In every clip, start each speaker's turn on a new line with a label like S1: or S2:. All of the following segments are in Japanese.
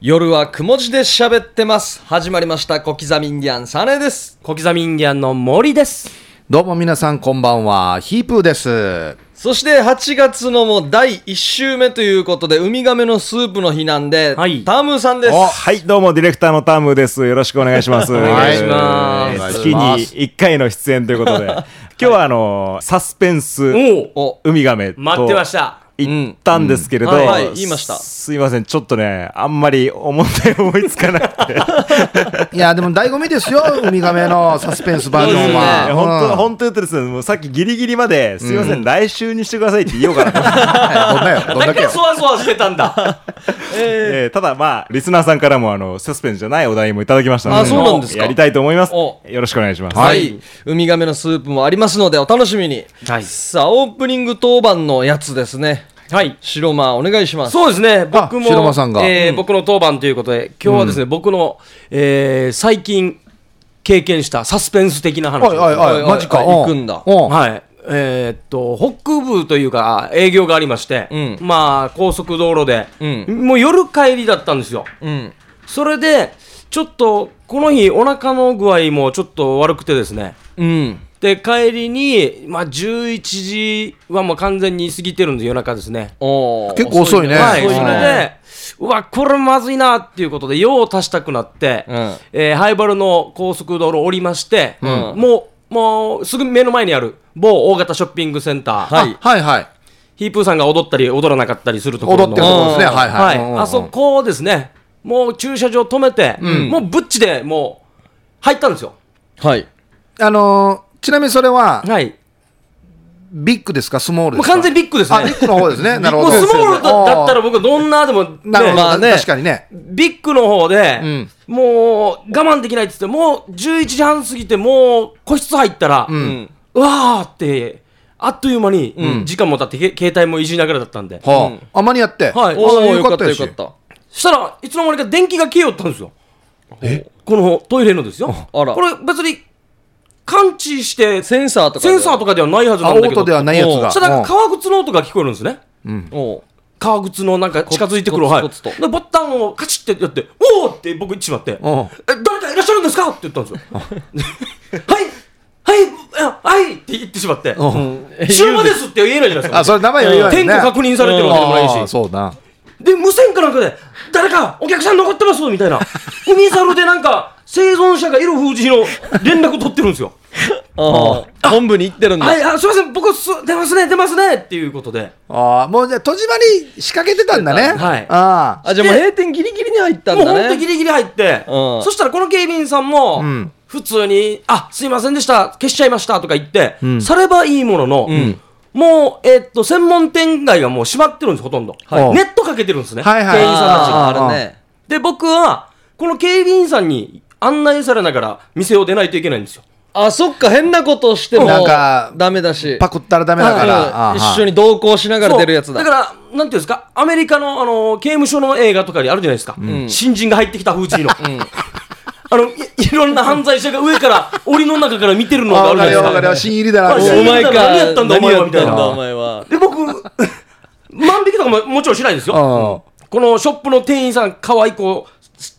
S1: 夜はくも字で喋ってます。始まりました。小刻みインディアンサネです。
S2: 小刻みインディアンの森です。
S3: どうも皆さんこんばんは、ヒープーです。
S1: そして8月のもう第1週目ということで、ウミガメのスープの日なんで、
S2: はい
S1: タムさんです。
S4: おはい、どうも、ディレクターのタームです。よろしくお願いします。お
S2: 願いします
S3: お願い
S4: 月
S3: します
S4: に1回の出演ということで、今日はあの、サスペンス、
S2: おお
S1: お、
S4: ウミガメと
S2: 待ってました。
S4: 行ったんですけれど、
S1: うんうんはいはい言いました
S4: すいません、ちょっとね、あんまり思ったより思いつかな くて。
S3: いや、でも醍醐味ですよ、ウミガメのサスペンスバージョン
S4: いや本当、
S3: は。
S4: 本当言ってですね、もうさっきギリギリまで、すいません、来週にしてくださいって言おうかな と思って。
S3: 当、どんなよ、どんだ
S2: だ
S3: け
S2: から
S3: よ。
S2: そわそわしてたんだ。
S4: えーただまあ、リスナーさんからも、あの、サスペンスじゃないお題もいただきましたので、
S1: あそうなんですか
S4: やりたいと思います。
S1: お
S4: よろしくお願いします。
S1: は
S3: はい
S1: い。ウミガメのスープもありますので、お楽しみに。
S2: はい
S1: さあ、オープニング当番のやつですね。
S2: はい。
S1: 白間、お願いします。
S2: そうですね。僕も、
S3: 白間さんが
S2: えー僕の当番ということで、今日はですね、僕の、えー最近経験したサスペンス的な話
S3: おいおい
S1: はい
S3: おい、マジか。
S1: はい
S3: お
S1: 行
S3: う
S1: くんだ
S3: おう
S2: はい。えーっと、北部というか、営業がありまして、
S1: う
S2: まあ、高速道路で、
S1: う
S2: もう夜帰りだったんですよ。
S1: うん。
S2: それで、ちょっと、この日、お腹の具合もちょっと悪くてですね、
S1: うん。
S2: で帰りに、まあ、11時はもう完全に過ぎてるんで夜中ですね、
S1: おー
S3: 結構遅いね。
S2: はい、
S1: 遅
S2: そ
S1: い
S2: れ
S1: ね
S2: でうわこれまずいなっていうことで用を足したくなって、
S1: うん
S2: えーハイバルの高速道路を降りまして、
S1: ん
S2: もうもうすぐ目の前にある某大型ショッピングセンター、
S1: は
S3: はいい。はいはい。
S2: ヒープーさんが踊ったり踊らなかったりするとこ
S3: 踊っ
S2: ろ
S3: て
S2: の
S3: るとこですね。
S1: うん
S3: はい
S2: は、
S3: はいいうんうんうん。
S2: あそこをですねもう駐車場止めて、もうぶっちでもう入ったんですよ
S1: はい。
S3: あのー、ちなみにそれは、
S2: はい
S3: ビッグですか、スモールで
S2: もう
S3: すか
S2: 完全ビッグです
S3: あ、
S2: ね
S3: ビッグの方ですね。なる
S2: も
S3: ほ
S2: う
S3: ど。
S2: スモールだだった
S3: お
S2: ら
S3: う、
S2: 僕どんなでも、ね、
S3: なるほど、
S1: まあね
S3: 確かにね。
S2: ビッグの方で、
S3: うん
S2: もう我慢できないって言ってもう11時半過ぎてもう個室入ったら、う
S1: うん。
S2: わーってあっという間に時間も経って、け携帯もいじりながらだったんで、
S3: はあ
S1: うん
S3: あ、間に合って。
S2: はい
S3: あ
S1: おー、よ
S3: よ
S1: か
S3: か
S1: っ
S3: った
S1: よ
S3: たよ
S1: かっ
S3: かった。
S1: た。
S2: そしたらいつの間にか電気が消えよったんですよこのトイレのですよ
S1: あら
S2: これ別に感知してセ
S1: センサーとかで。
S2: ンサーとかではないはず
S3: あ、
S2: な
S3: オ
S2: んだけ
S3: ー
S2: ど
S3: トではないやつ
S2: そ
S3: が。
S2: したらなんか革靴の音が聞こえるんですね
S1: おー
S2: 革靴のなんか近づいてくる
S1: コツ
S2: はい
S1: コツと
S2: でボタンをカチッってやって「おお!」って僕言ってしまって「え
S3: うん
S2: 誰かいらっしゃるんですか?」って言ったんですよ「はいはいあはい!」って言ってしまって
S3: うんうん
S2: 「昼間です」って言えないじゃないですか
S3: あ、それ名前言わないね。
S2: 天候確認されてるわけでもないし
S3: あーそうな。
S2: で無線かなんかで「誰かお客さん残ってます」みた いな海猿でなんか生存者がいる封じの連絡取ってるんですよ
S1: あー本部に行ってるんだ。
S2: はい、あすいません、僕す、出ますね、出ますねっていうことで、
S3: ああ、もうじゃあ、戸締まり仕掛けてたんだね。
S2: はい
S3: ああ。
S1: あ、じゃあもう閉店ギリギリに入ったん
S2: もう
S1: だ
S2: ほんと
S1: ね。
S2: ギリギリ入って、
S1: うん
S2: そしたらこの警備員さんも
S3: ん、
S2: 普通に、あすいませんでした、消しちゃいましたとか言って、さればいいものの、もう、えっと、専門店街がもう閉まってるんです、ほとんど。
S3: はい
S2: ネットかけてるんですね、
S3: はいはい
S2: 店員さんたちが
S1: あーあるね。
S2: で、僕は、この警備員さんに案内されながら、店を出ないといけないんですよ。
S1: あ、そっか、変なことをしても
S3: なんか
S1: ダメだし。
S3: パクったらダメだから。
S1: う
S3: ああ
S1: ん一緒
S3: に。
S1: に同行しながら出るやつだ。
S2: そうだから、なんていうんですか、アメリカのあの刑務所の映画とかにあるじゃないですか、新人が入ってきた風ーの。あのいいろんな犯罪者が上から、檻の中から見てるの
S3: あ
S2: があ
S3: わ
S2: る
S3: かる
S2: じ
S3: よ、
S2: ゃ
S3: わ
S2: な
S3: かる
S2: い
S3: よ。新
S2: ですか。
S3: 入りだな、
S2: あ
S3: みた
S2: 新
S3: い
S2: 入り
S3: な。
S2: だから何やったんだお前はみたい
S1: 何やっ
S2: な
S1: たんだお前は。
S2: で、僕、 万引きとかももちろんしないですよ、このショップの店員さん、可愛い子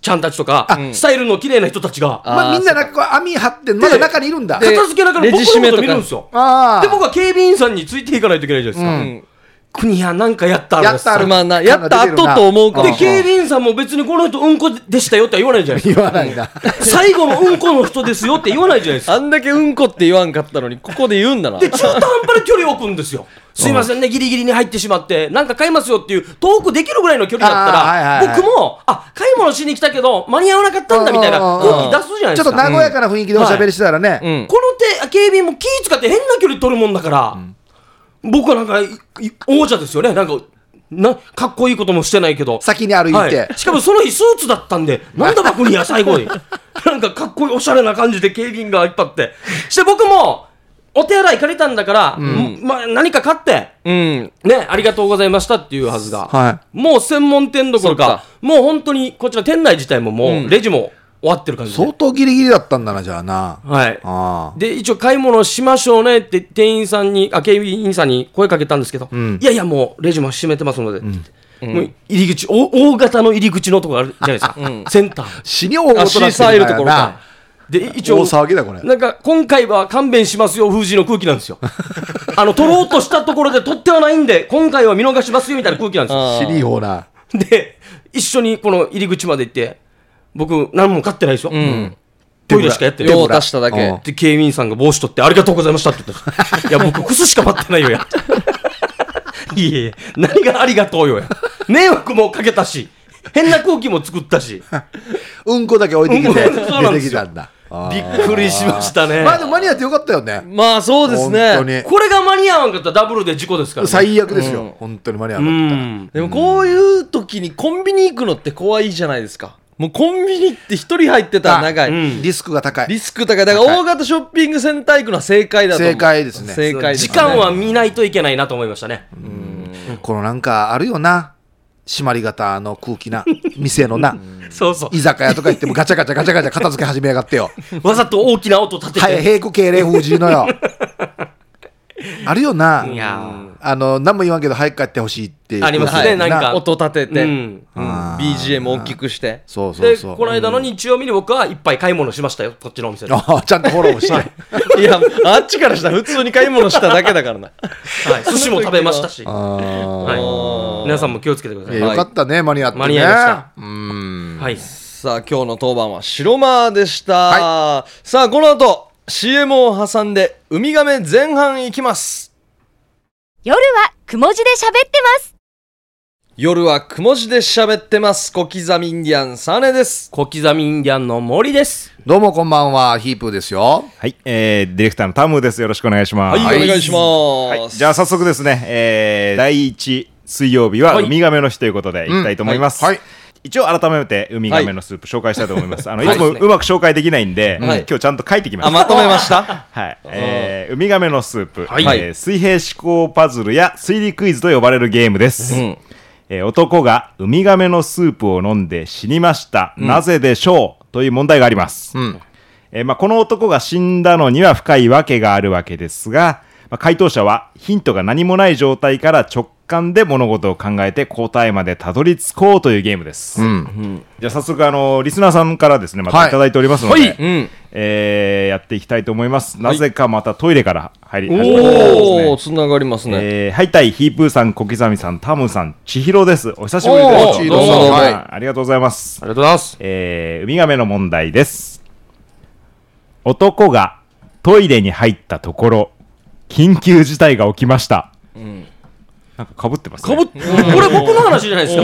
S2: ちゃんたちとか、スタイルの綺麗な人たちが、
S3: まあ、みんななんかこう網張って、まだ中にいるんだ。
S2: 片付けながら
S1: レ
S2: 僕
S1: ジ閉
S2: の
S1: め
S2: こ
S1: か
S2: とと見るんですよ。
S3: あ
S2: で、僕は警備員さんについていかないといけないじゃないですか。国や、なんかやったある
S3: やったあ
S1: す
S3: る
S1: まんなやった後と思うか
S2: で
S1: ら、
S2: 警備員さんも別にこの人うんこでしたよっては言わないじゃないです
S3: 言わないな。
S2: か最後のうんこの人ですよって言わないじゃないですか
S1: あんだけうんこって言わんかったのに、ここで言うんだな。
S2: で中途半端な距離を置くんですよすいませんねギリギリに入ってしまってなんか買いますよっていう遠くできるぐらいの距離だったら、
S3: あーはいはいはい
S2: 僕もあ買い物しに来たけど間に合わなかったんだみたいな
S3: うんうん
S2: 空気出すじゃない
S3: ち
S2: で
S3: ょっと
S2: すか、
S3: 和やかな雰囲気でおしゃべりしてたらね。
S1: うん。
S2: この手警備員も気使って変な距離取るもんだから、僕はなんかいい王者ですよねなんかなかっこいいこともしてないけど
S3: 先に歩いて。
S2: はい、しかもその日スーツだったんで、なんだバクニア最後に。なんかかっこいいおしゃれな感じで警備員が引っ張って。して僕も、お手洗い借りたんだから、まあ、何か買って、
S1: うん。
S2: ね、ありがとうございましたっていうはずが、
S3: は
S2: もう専門店どころか、
S1: そっか
S2: もう本当にこちら店内自体ももうレジも終わってる感じで。
S3: 相当ギリギリだったんだな、じゃあな。
S2: はい。
S3: あ
S2: で、一応買い物しましょうねって店員さんに、あ、警備員さんに声かけたんですけど、いやいやもうレジも閉めてますので、もう入り口お大型の入り口のとこあるじゃないですか、センター
S3: 死に大
S1: あ、シ
S3: 事な
S1: ー
S3: って
S1: サーいるところ
S3: な
S1: か。
S2: で一応
S3: 大騒ぎだこれ
S2: なんか今回は勘弁しますよ風神の空気なんですよあの取ろうとしたところで取ってはないんで今回は見逃しますよみたいな空気なんですよ
S1: あー
S3: 死にほうな
S2: で、一緒にこの入り口まで行って、僕、何も買ってないでしょ。
S1: ん
S2: トイレしかやってない。
S1: 用を足しただけ。
S2: で、警備員さんが帽子取って、ありがとうございましたって言った んですいや、僕、靴しか待ってないよや。いやいや、何がありがとうよや。迷惑もかけたし、変な空気も作ったし、
S3: うんこだけ置いてきて
S2: うんこそうなん
S3: 出
S2: で
S3: て
S2: すよ
S3: きたんだあ
S2: びっ
S3: ー
S2: くりしましたね。
S3: まあでも間に合ってよかったよね
S1: まあそうです
S3: 本当
S1: ね。
S3: に
S2: これが間に合わんかったらダブルで事故ですから、ね。
S3: 最悪ですよ、
S1: うん
S3: 本当に間に合
S2: う
S3: わなかっ
S2: ん。
S1: でもこういう時にコンビニ行くのって怖いじゃないですか。もうコンビニって一人入ってたら長
S2: う
S1: い。
S3: た、
S2: ん。
S3: リスクが高い
S1: リスク高い。だから大型ショッピングセンター行くのは正解だと思う。
S3: 正解ですね
S1: 正解です
S2: 時
S1: ね
S2: 間は見ないといけないなと思いましたね。
S3: このなんかあるよな締まり型の空気 な店のな
S2: そうそう
S3: 居。酒屋とか行ってもガチャガチャガチャガチャ片付け始めやが ってよ
S2: わざと大きな音立て
S3: はい
S2: て。
S3: 平行敬礼封じの よあるよない
S2: やー
S3: あの何も言わんけど早く帰ってほしいっていう
S2: あります
S3: 空
S2: ね
S3: 気
S2: なんか
S1: 音立てて、
S2: う
S1: うんん
S3: あー
S1: BGM 大きくして。
S3: そうそう
S2: で、
S3: そう
S2: この間の日曜日に僕はいっぱい買い物しましたよ、こっちのお店で。は
S3: あちゃんとフォローもして
S1: いや、あっちからしたら普通に買い物しただけだからな。
S2: い、寿司も食べましたし、
S3: あ
S2: は
S3: ー
S2: い、皆さんも気をつけてくださ
S3: い
S2: い。
S3: やよかったね間に合ってね
S2: 間に合いました
S3: うん
S2: はい、
S1: さあ、今日の当番は白間でした。さあ、この後、CM を挟んで、ウミガメ前半行きます。
S5: 夜はくも字で喋ってます。
S1: 夜はくも字で喋ってます。小刻みインディアン、サネです。
S2: 小刻みインディアンの森です。
S3: どうもこんばんはヒープーですよ
S4: はい、えー、ディレクターのタムです。よろしくお願いします。
S1: はい、お願いし
S4: はい
S1: ます。
S4: じゃあ早速ですね、えー、第1水曜日は
S2: はい
S4: ウミガメの日ということでいきたいと思います。
S3: うんはい
S4: 一応改めてウミガメのスープ紹介したいと思います。あの
S2: は
S4: い
S2: い
S4: つもうまく紹介できないんで、
S1: はい
S4: 今日ちゃんと書いてきま
S1: あ、
S4: した。
S1: まとめました
S4: はい、えー、ウミガメのスープ、
S2: はい
S4: えー水平思考パズルや推理クイズと呼ばれるゲームです。
S1: うん
S4: えー男がウミガメのスープを飲んで死にました、なぜでしょうという問題があります、えーまあ、この男が死んだのには深い訳があるわけですが、まあ、回答者はヒントが何もない状態から直感で物事を考えて答えまでたどり着こうというゲームです、じゃあ早速あのリスナーさんからですねま
S3: は
S4: た
S3: い
S4: いただいておりますので、
S2: はい
S1: うん。
S4: えーやっていきたいと思います、なぜかまたトイレから入り始めたようですね
S1: おー、つながりますね。
S4: えー、ハイタイ、ヒープーさん、小刻みさん、タムさん、千尋です。お久しぶり
S3: お
S4: で
S3: ー
S4: す。
S1: 尋さ
S3: 千
S1: ん
S4: どうも
S1: はい
S4: ありがとうございます。
S2: ありがとうございます。
S4: えー、ウミガメの問題です。男がトイレに入ったところ、緊急事態が起きました。なんかかぶってます
S2: か
S4: ね、
S2: ぶっ、これ僕の話じゃないですよ。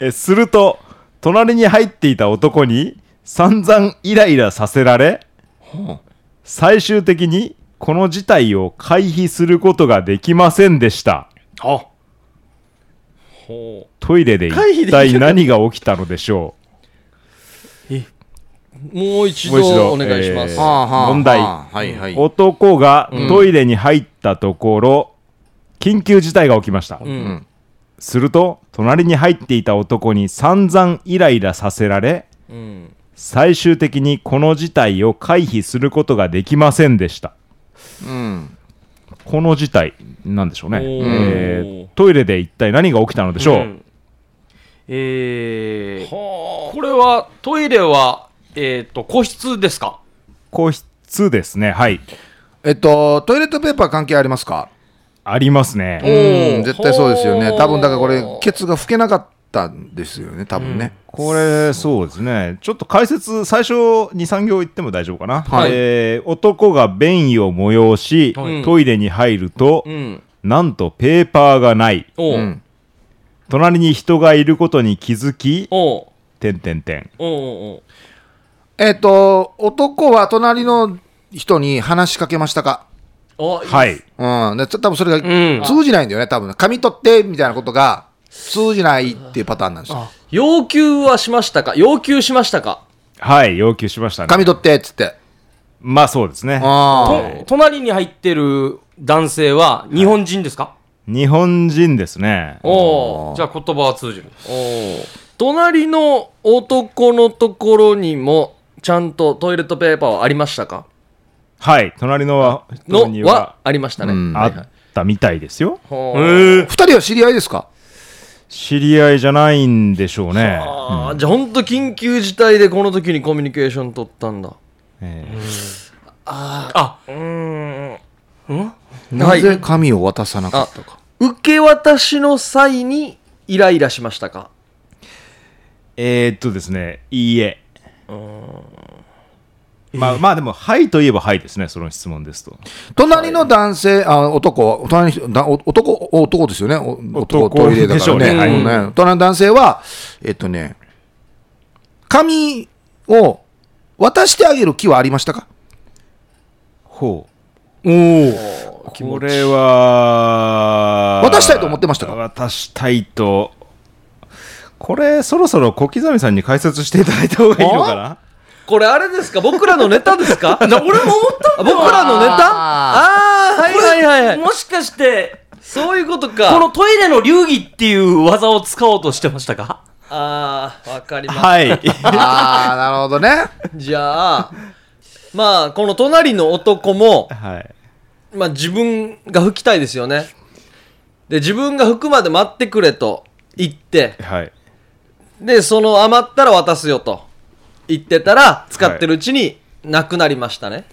S4: えーすると、隣に入っていた男に散々イライラさせられ、最終的にこの事態を回避することができませんでした。
S2: あ、
S4: トイレで一体何が起きたのでしょ
S1: もう一
S4: もう一
S1: 度
S4: 度
S1: お願いします。
S4: えー問題
S3: はいは
S4: う、
S3: い
S4: 男がトイレに入ったところ、緊急事態が起きました、
S1: ん
S4: すると隣に入っていた男に散々イライラさせられ
S1: うん
S4: 最終的にこの事態を回避することができませんでした
S3: うん
S4: この事態なんでしょうね、
S1: おー
S4: えートイレで一体何が起きたのでしょう、
S2: んえー、
S1: は
S2: これはトイレは、えっ、と、個室ですか
S4: 個室ですねはい
S3: えっとトイレットペーパー関係ありますか
S4: ありますね
S1: ー
S3: うん絶対そうですよね
S1: ほう
S3: 多分だからこれケツが拭けなかったんですよね多分ね、
S4: これそうですねちょっと解説最初23行言っても大丈夫かな、
S3: はい
S4: えー男が便意を催し、
S1: はい
S4: トイレに入ると、
S1: うん。
S4: なんとペーパーがない
S1: お
S3: う
S1: うん
S4: 隣に人がいることに気づき
S1: おう
S4: てんてんてん
S1: おうおう
S3: えっと男は隣の人に話しかけましたか
S1: おうあ
S4: はい
S3: うんで多分それ
S2: うん
S3: が通じないんだよね多分紙取ってみたいなことが通じないっていうパターンなんですよ
S1: 要求はしましたか要求しましたか
S4: はい要求しましたね
S3: 紙取ってっつって
S4: まあそうですね
S3: あ
S2: と隣に入ってる男性は日本人ですか、
S4: 日本人ですね
S1: おう
S2: じゃあ言葉は通じる。
S1: おう隣の男のところにもちゃんとトイレットペーパーはありましたか
S4: はい隣のは人に
S1: の
S4: は
S1: はありましたね、
S3: うん
S4: あったみたいですよ
S1: ほう
S2: え
S3: 2人は知り合いですか
S4: 知り合いじゃないんでしょうね。
S1: ああ、じゃあ本当緊急事態でこの時にコミュニケーション取ったんだ。
S4: ええ
S2: あ、
S3: な
S1: は
S3: ぜ
S1: い
S3: 紙を渡さなかったか。
S1: 受け渡しの際にイライラしましたか
S4: えーっとですね、いいえ。まあ、まあでも、はいといえばはいですね、その質問ですと。
S3: 隣の男性、あ男、隣の人だお男、お男ですよね。お男、
S4: 男
S3: トイレだか
S4: でしょ
S3: らね。
S4: うねはい
S3: うんね隣の男性は、えっとね、紙を渡してあげる気はありましたか
S4: ほう。
S2: おお。
S4: これは、
S3: 渡したいと思ってましたか
S4: 渡したいと。これ、そろそろ小刻みさんに解説していただいた方がいいのかな
S1: これあれですか僕らのネタです か俺も思った僕らのネタああー、はいはいはいはい。
S2: もしかして、
S1: そういうことか。
S2: このトイレの流儀っていう技を使おうとしてましたか
S1: ああ、わかります。
S4: はい。
S3: ああ、なるほどね。
S1: じゃあ、まあ、この隣の男も、
S4: はい。
S1: まあ自分が拭きたいですよね。で、自分が拭くまで待ってくれと言って、
S4: はい。
S1: で、その余ったら渡すよと言ってたら、使ってるうちになくなりましたね。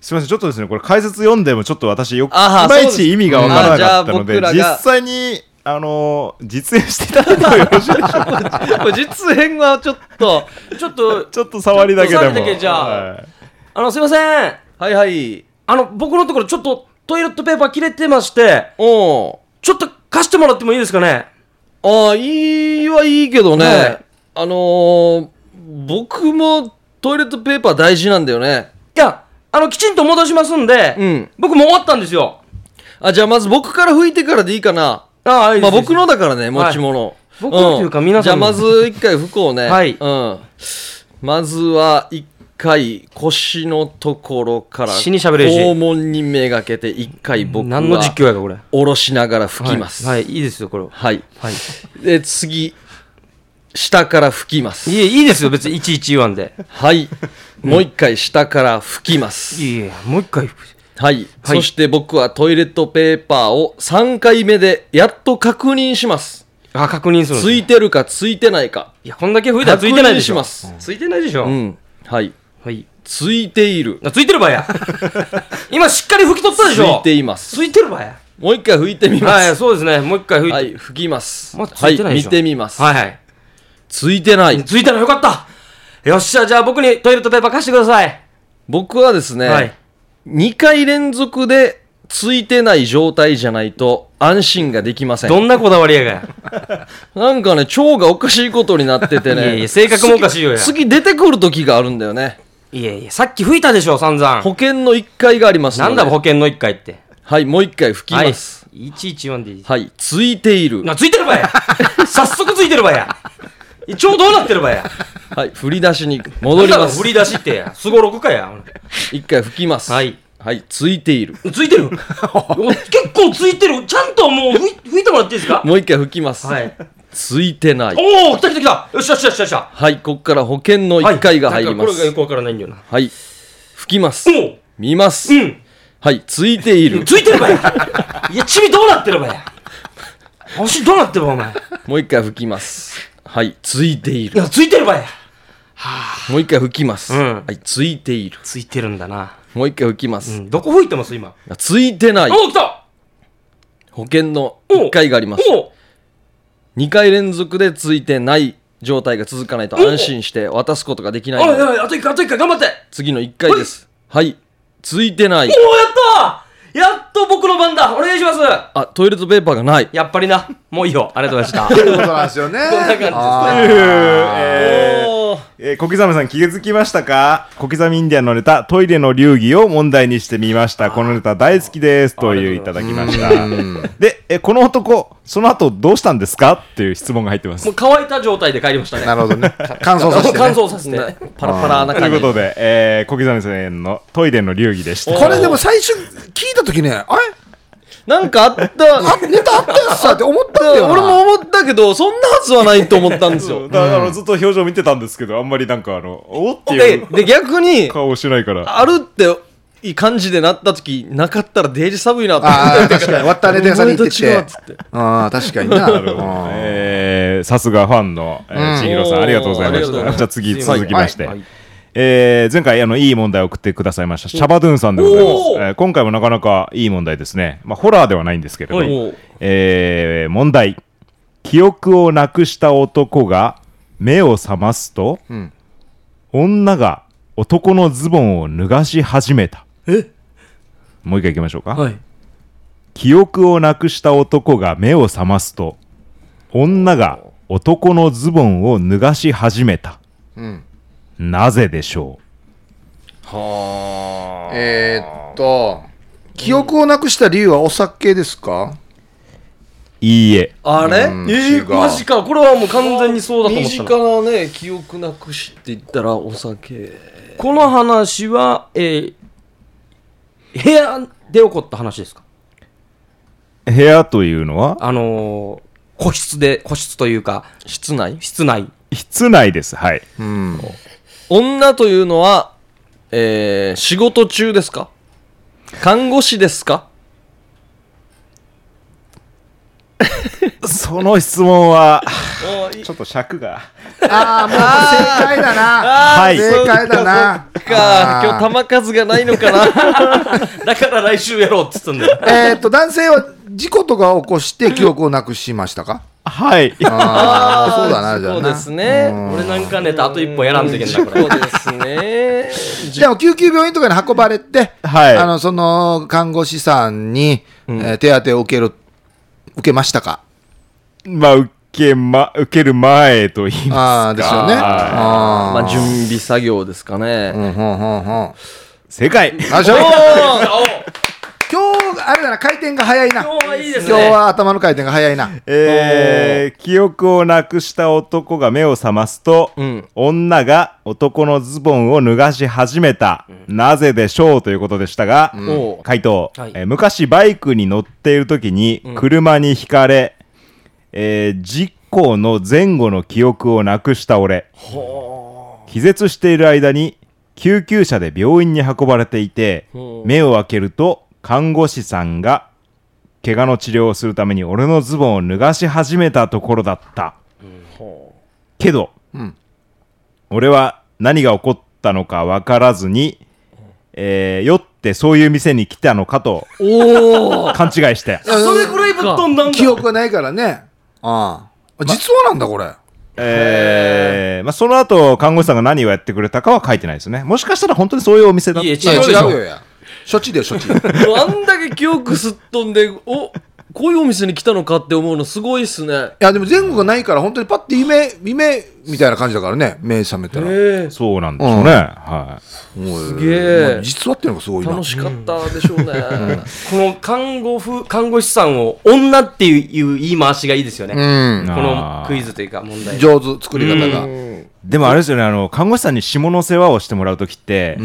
S4: すみません、ちょっとですね、これ解説読んでもちょっと私よく、い
S1: あは
S4: まい
S1: そうです
S4: ち意味がわからなかったの
S1: う
S4: で、
S1: んあじ
S4: 実
S1: ゃあ僕
S4: 際に、あのー実演していただいてもよろしいでしょうか
S1: これ実演はちょっと、
S2: ちょっと、
S4: ちょっと触りだけでも。
S2: ちょっと触りだけじゃあ
S4: はい
S2: あの、すいません。
S1: はいはい、
S2: あの、僕のところちょっとトイレットペーパー切れてまして、
S1: お
S2: ちょっと貸してもらってもいいですかね
S1: ああ、いいはいいけどね、
S2: はい
S1: あのー、僕もトイレットペーパー大事なんだよね。
S2: いや、あの、きちんと戻しますんで、
S1: うん
S2: 僕もう終わったんですよ。
S1: あ、じゃあまず僕から拭いてからでいいかな。
S2: ああ、いい
S1: ま
S2: で
S1: あ
S2: す
S1: 僕のだからね、持ち物。
S2: 僕のというか皆さん
S1: じゃ
S2: の
S1: あまず一回拭こうね。
S2: はい
S1: うん。まずは一回腰のところから、
S2: 死にしゃべれるし
S1: 肛門にめがけて一回僕は、
S2: 何の実況やか、これ。
S1: 下ろしながら拭きます。
S2: はい、はいいいですよ、これは。
S1: はい。
S2: はい。
S1: で、次、下から吹きます
S2: い。え、いいですよ、別にいちいち言わんで。
S1: はい。もう一回下から吹きます。
S2: いえいえ、もう一回。
S1: はい。
S2: はい
S1: そして僕はトイレットペーパーを3回目でやっと確認します。
S2: あ、確認するんです
S1: ついてるかついてないか。
S2: いや、こんだけ吹いたらついてないでしょ。
S1: 確認します
S2: ついてないでしょ。
S1: うん。はい。
S2: はい。
S1: ついている。
S2: あついてるば や。今しっかり拭き取ったで
S1: つ
S2: しょ。
S1: いています。
S2: ついてるばや。
S1: もう一回吹いてみま
S2: はい、
S1: す。
S2: そうですね。もう一回拭いて。
S1: はい。吹きます。
S2: まあついてな
S1: は
S2: いで
S1: い。
S2: しょ
S1: 見てみます。
S2: はいはい。
S1: ついてない。
S2: ついたらよかったよっしゃ、じゃあ僕にトイレットペーパー貸してください。
S1: 僕はですね、
S2: はい
S1: 2回連続でついてない状態じゃないと安心ができません。
S2: どんなこだわりやがや。
S1: なんかね、腸がおかしいことになってて
S2: いや
S1: ね。
S2: いや性格もおかしいよや
S1: 次次出てくる時があるんだよね。
S2: いやいや、さっき吹いたでしょ、散々
S1: 保。険の1回がありますの
S2: な
S1: で。
S2: んだ保険の一回って。
S1: はい、もう1回吹きます。
S2: はい。いちいち言わんでいい。
S1: はい、ついている。
S2: な、ついてる ばや早速ついてるばや一応どうなってるばや
S1: はい、振り出しに戻り
S2: なんだ
S1: ま
S2: ろう
S1: す
S2: 振。り出しってや。すごろくかや。
S1: 1回吹きます。
S2: はい。
S1: はい、ついている。
S2: ついてる結構ついてるちゃんともう吹い吹いてもらっていいですか
S1: もう1回吹きます。
S2: はい。
S1: ついてない。
S2: おお来た来た来たよっしゃよっしゃよっしゃよっしゃ
S1: はい、ここから保険の1回が入りま
S2: はいなんかこれがよ
S1: す。
S2: くわからないんだよな。
S1: はい、吹きます
S2: お。お
S1: 見ます
S2: う。ん
S1: はい、ついている。
S2: ついてればやいや、チビどうなってればや足どうなってればお前。い
S1: もう1回吹きます。はい、ついている。
S2: や、ついてればや
S1: もう1回吹きます。
S2: うん
S1: はい、ついている。
S2: ついてるんだな。
S1: もう1回吹きま
S2: う
S1: す。
S2: ん、どこ吹いてます今。
S1: ついてない。
S2: おお来た
S1: 保険の1回があります。
S2: おお
S1: 2回連続でついてない状態が続かないと安心して渡すことができない
S2: お
S1: の
S2: い
S1: で、
S2: おい、あと一回、あと一回、頑張って
S1: 次の1回です。はい。ついてない。
S2: おおやったやっと僕の番だお願いします
S1: あ、トイレットペーパーがない。
S2: やっぱりな。もういいよ。ありがとうございま
S3: と
S2: し
S3: い うことなんですよ ね。
S2: んな感じです
S3: あー
S4: えー
S1: おー
S4: えー小刻みさん気づきましたか小刻みインディアンのネタトイレの流儀を問題にしてみましたこのネタ大好きですといういただきましたで、えーこの男その後どうしたんですかっていう質問が入ってま
S2: た。
S4: す
S2: もう乾いた状態で帰りましたね。
S3: なるほ どね。乾燥させて、
S2: 乾
S3: ね。
S2: 燥させて。
S1: ねパラパラな
S4: とい
S1: 感
S4: うこ
S1: じ。
S4: とで、えー小刻みさんのトイレの流儀でした
S3: これでも最初聞いたときね、あれ
S1: なんかあった。
S3: あネタあったやつさって思ったんだよな。
S1: 俺も思ったけど、そんなはずはないと思ったんです
S4: そう
S1: よ。
S4: だからあのずっと表情見てたんですけどあんまりなんかあのおってい
S1: で
S4: う、
S1: で逆に、
S4: 顔をしないから
S1: あるっていい感じでなった時なかったらデージ寒いなと思
S3: あ
S1: っ
S3: あ、確かに。割ったあれでさに行ってて。ああ、確かにな。
S4: なるほどね
S3: うん
S4: えーさすがファンの、えー
S3: うん
S4: 千尋さん、ありがとうござい
S1: おー
S4: ま
S1: ありがとうございま
S4: した。
S1: す
S4: じゃあ次、続きまして。
S2: はいはい
S4: えー前回あのいい問題を送ってくださいましたシャバドゥンさんでございます
S2: お、ー
S4: えー今回もなかなかいい問題ですね、まあ、ホラーではないんですけれど
S2: は
S4: も
S2: い、
S4: えー問題記憶をなくした男が目を覚ますと、
S3: ん
S4: 女が男のズボンを脱がし始めた
S2: え
S4: もう一回いきましょうか、
S2: はい。
S4: 記憶をなくした男が目を覚ますと女が男のズボンを脱がし始めた、なぜでしょ
S3: えーっと、記憶をなくした理由はお酒ですか
S4: ういいえ
S1: あれ、
S3: うん
S2: え
S3: 違う
S2: ー、マジか。これはもう完全にそうだと思
S1: 身
S2: ったな。
S1: 近なね記憶なくしって言ったらお酒
S2: この話は、えー、部屋で起こった話ですか
S4: 部屋というのは
S2: あのー、個室で、個室というか、
S1: 室内
S2: 室内。
S4: 室内ですはい
S3: うん。
S1: 女というのは、えー、仕事中ですか看護師ですか
S4: その質問はちょっと尺が
S3: ああ、もう正解だな。
S4: はい
S3: 正解だな。
S1: か今
S3: あー
S1: 日球数がないのか な
S2: だから来週やろうって言ったんだよ。
S3: えーっと、男性は事故とかを起こして記憶をなくしましたか
S4: はい
S3: ああ、そうだな、じゃあ
S1: そう
S3: な
S1: ですね
S2: 俺なんかネタあと一本やらんといけんな、これ。
S1: そうですね
S3: でも救急病院とかに運ばれて、
S4: はい
S3: あのその看護師さんに、えー手当てを受ける受けましたか
S4: まあ受けま受ける前と言います
S3: ああですよね。あ
S1: まあ準備作業ですかね、
S3: ーうんほんほんほん
S4: 正解
S3: あしょ
S2: お
S3: 今日あれだな回転が早いな。
S2: 今日はいいですね
S3: 今日は頭の回転が早いな。
S4: えー記憶をなくした男が目を覚ますと、
S1: ん
S4: 女が男のズボンを脱がし始めた、なぜでしょうということでしたが、
S1: おう
S4: 回答、
S2: はい
S4: えー昔バイクに乗っている時に車にひかれ、えー事故の前後の記憶をなくした俺気絶している間に救急車で病院に運ばれていて目を開けると看護師さんが怪我の治療をするために俺のズボンを脱がし始めたところだった、けど、
S3: ん
S4: 俺は何が起こったのか分からずに、えー酔ってそういう店に来たのかと勘違いして
S2: それぐらいぶっ飛んだんだ
S3: 記。憶がないからね。ああ実話なんだこれ。
S4: えーまあ、その後看護師さんが何をやってくれたかは書いてないですねもしかしたら本当にそういうお店だっ
S2: い
S4: た
S2: や、違う
S3: いや
S2: でし
S3: 違う
S2: ょ。
S3: よや。処置だよ処 置。
S1: もうあんだけ記憶すっ飛んでおこういうお店に来たのかって思うのすごいっすね
S3: いやでも前後がないから本当にパッて夢夢みたいな感じだからね目覚めたら。
S1: えー、
S4: そうなんでしょうね、はい
S3: す
S1: げえ
S3: 実話ってのがすごいな
S1: 楽。しかったでしょうね、
S2: この看護婦、看護師さんを女っていう言い回しがいいですよね。
S3: うん。
S2: この
S4: あー
S2: クイズというか問題。
S3: 上手作り方が。
S4: でもあれですよねあの看護師さんに下の世話をしてもらう時って、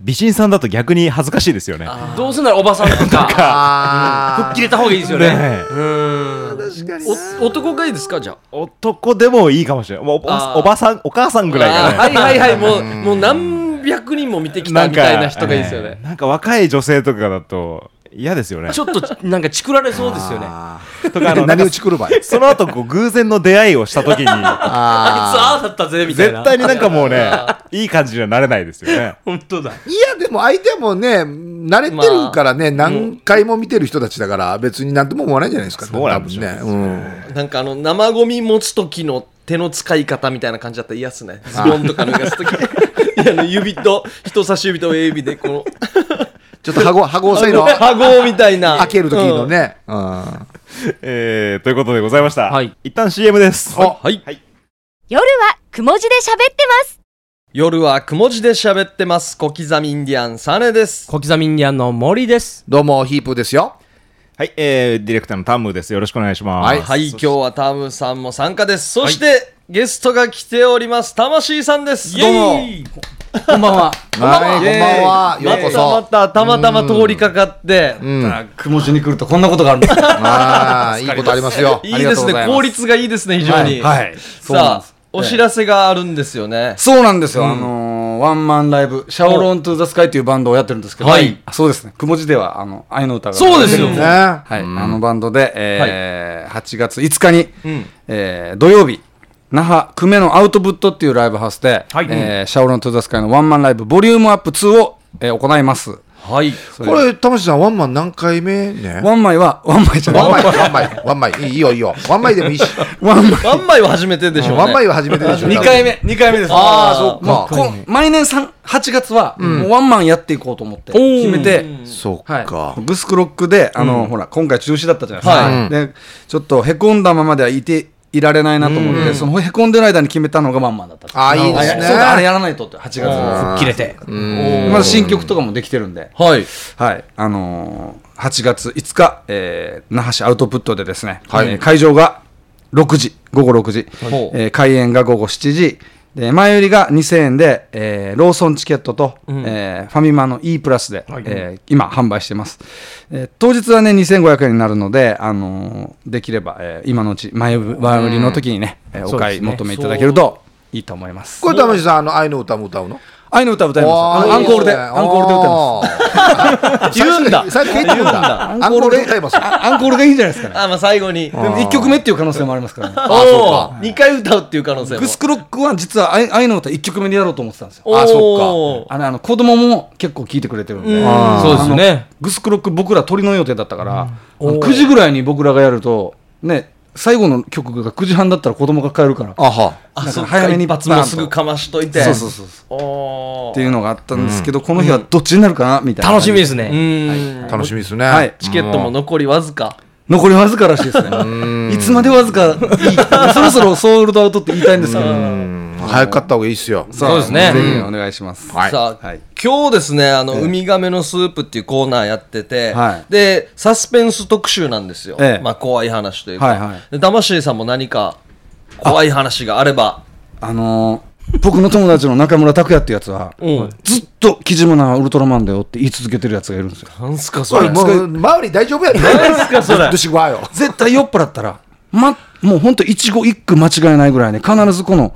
S4: 美人さんだと逆に恥ずかしいですよね
S2: どうせならおばさんとか、
S3: あ
S2: 吹っ切れた方がいいですよね。
S4: ねえ
S1: お男がいいですかじゃあ
S4: 男でもいいかもしれないおお
S1: あー
S4: おばさんお母さんぐらい
S1: あ
S4: が
S1: ー
S4: ね
S1: はいはいはいもうもう何百人も見てきたみたいな人がいいですよね
S4: えーなんか若い女性とかだと嫌ですよね
S2: ちょっとなんかチクられそうですよね。あ
S4: とかあ の
S3: 何打ちくるばい。
S4: その後こう偶然の出会いをした時に
S2: いつ ああだったぜみたいな。
S4: 絶対になんかもうねいい感じにはなれないですよね
S2: 本当だ。
S3: いやでも相手もね慣れてるからね何回も見てる人たちだから別に何とも思わないんじゃないですか。
S4: そうなんでしょうね
S3: 多分ね。
S1: なんかあの生ゴミ持つ時の手の使い方みたいな感じだったら嫌っすねズボンとか脱がす 時あの指と人差し指と親指でこの
S3: うんちょっと羽子羽 子押さえの
S1: 羽子みたいな
S3: 開ける時の
S1: うん
S3: ね。うん
S4: えーということでございました、
S2: はい
S4: 一旦 CM です
S1: はい
S5: 夜はくも字で喋ってます。
S1: 夜はくも字で喋ってます小刻みインディアンサネです
S2: 小刻みインディアンの森です。
S3: どうもヒープですよ。
S4: はい、えーディレクターのタムですよろしくお願いします
S3: はい
S1: はい今日はタムさんも参加ですそして、ゲストが来ております魂さんですどうも
S2: こんばんは。
S3: はいこん
S1: イエーイ
S3: ばんは。よう
S1: ま
S3: こそ。
S1: たまたたまたま通りかかって、
S6: くも字に来るとこんなことがあるんです。
S3: ああいいことありますよ。
S1: いいですね効率がいいですね非常に、
S6: はいはいそうな
S1: さあ
S6: んです
S1: お知らせがあるんですよね、
S6: そうなんですよ。あのーワンマンライブ、シャオロン・トゥ・ザ・スカイというバンドをやってるんですけど、
S2: はい
S6: あそうですね、くも字ではあの愛の歌が
S2: そうですよ
S6: ね
S3: ね
S6: はい、あのバンドで、えー8月5日に、えー土曜日、那覇久米のアウトブットっていうライブハウスで、
S2: はい
S6: えーシャオロン・トゥ・ザ・スカイのワンマンライブ、ボリュームアップ2を、えー行います。
S2: はい。
S6: こ
S3: これ、玉地さん、ワンマン何回目ね
S6: ワンマイは、ワンマイじゃない。
S3: ワンマイ、ワンマイ、ワンマイ。いいいいよ、いいよ。ワンマイでもいいし。
S6: ワンマイ。
S1: ワンマイは初めてでしょうね。
S3: ワンマイは初めてでしょ。
S6: 2回目、2回目です。
S1: あ
S3: 多分。まあ、
S6: こう毎年三8月は、もうワンマンやっていこうと思って、決めて、
S3: そっ
S6: は
S3: か
S6: い、。グスクロックで、あの、ほら、今回中止だったじゃないですか。で、ちょっとへこんだままではいて、いられないなと思って、そのへこんでる間に決めたのがワンマンだったんですよ。
S3: ああ、いいで
S6: あ
S3: す
S6: そう
S3: ね。
S6: だあれやらないとって、8月
S2: 吹っ切れて。
S6: に。まだ新曲とかもできてるんで、
S1: はい。
S6: はい、あのー、8月5日、えー那覇市アウトプットでですね、
S3: はい
S6: えー会場が6時、午後6時、
S1: い
S6: えー開演が午後7時、で前売りが2000円で、えーローソンチケットと、えーファミマの E プラスで、えー今、販売してます、えー当日はね、2500円になるので、あのーできれば、えー今のうち前、前売りの時にね、えーお買い求めいただけるといいと思います。
S3: これ、玉地さん、あの、愛の歌も歌うの
S6: 愛の歌歌います。あのアンコールで、アンコールで歌います。
S3: ます。言うんだ。最初に言うんだ。アンコールで歌いますよ。
S6: あアンコールがいいんじゃないですかね。
S1: あ、まあ最後に。
S6: でも1曲目っていう可能性もありますからね。
S1: おお、二回歌うっていう可能性も。
S6: グスクロックは実は愛愛の歌1曲目でやろうと思ってたんですよ。
S1: おー
S3: あそ
S6: あれあの子供も結構聴いてくれてるんで、
S1: ん
S2: そうですね
S6: あの。グスクロック僕ら鳥の予定だったから、あの9時ぐらいに僕らがやると、ね、最後の曲が9時半だったら子供が帰るから、
S3: あは。
S1: あ、そっか、
S6: だから早めに
S1: 一発も
S6: バーンと
S1: すぐかましといて。
S6: そうそうそうそう
S1: おー
S6: っていうのがあったんですけど、この日はどっちになるかなみたいな。。
S2: 楽しみですす
S1: う
S2: ね。
S1: ーん。
S3: 楽しみですね。
S6: はい
S1: チケットも残りわずか。
S6: 残りわずからしいですね。いつまでわずかいいか、そろそろソールドアウトって言いたいんですけど、
S3: うん。早く買った方がいいっすよ。
S6: さあ
S2: そうですね
S6: ぜひお願いします。
S3: はい
S1: さあ、
S6: はい
S1: 今日ですね、あの、ウミガメのスープっていうコーナーやってて、
S6: はい
S1: で、サスペンス特集なんですよ。
S6: ええ
S1: まあ、怖い話というか。
S6: はいはい
S1: で、魂さんも何か怖い話があれば。
S6: あのー僕の友達の中村拓也ってやつは、
S1: うん
S6: ずっと「キジムナウルトラマンだよ」って言い続けてるやつがいるんですよ
S1: なんすか、そ
S3: それ、
S1: れ。
S3: もう、周り大丈夫やね。何すか、それ。どしわよ。
S6: 絶対酔っ払ったら、ま、もうほんと一語一句間違いないぐらいね必ずこの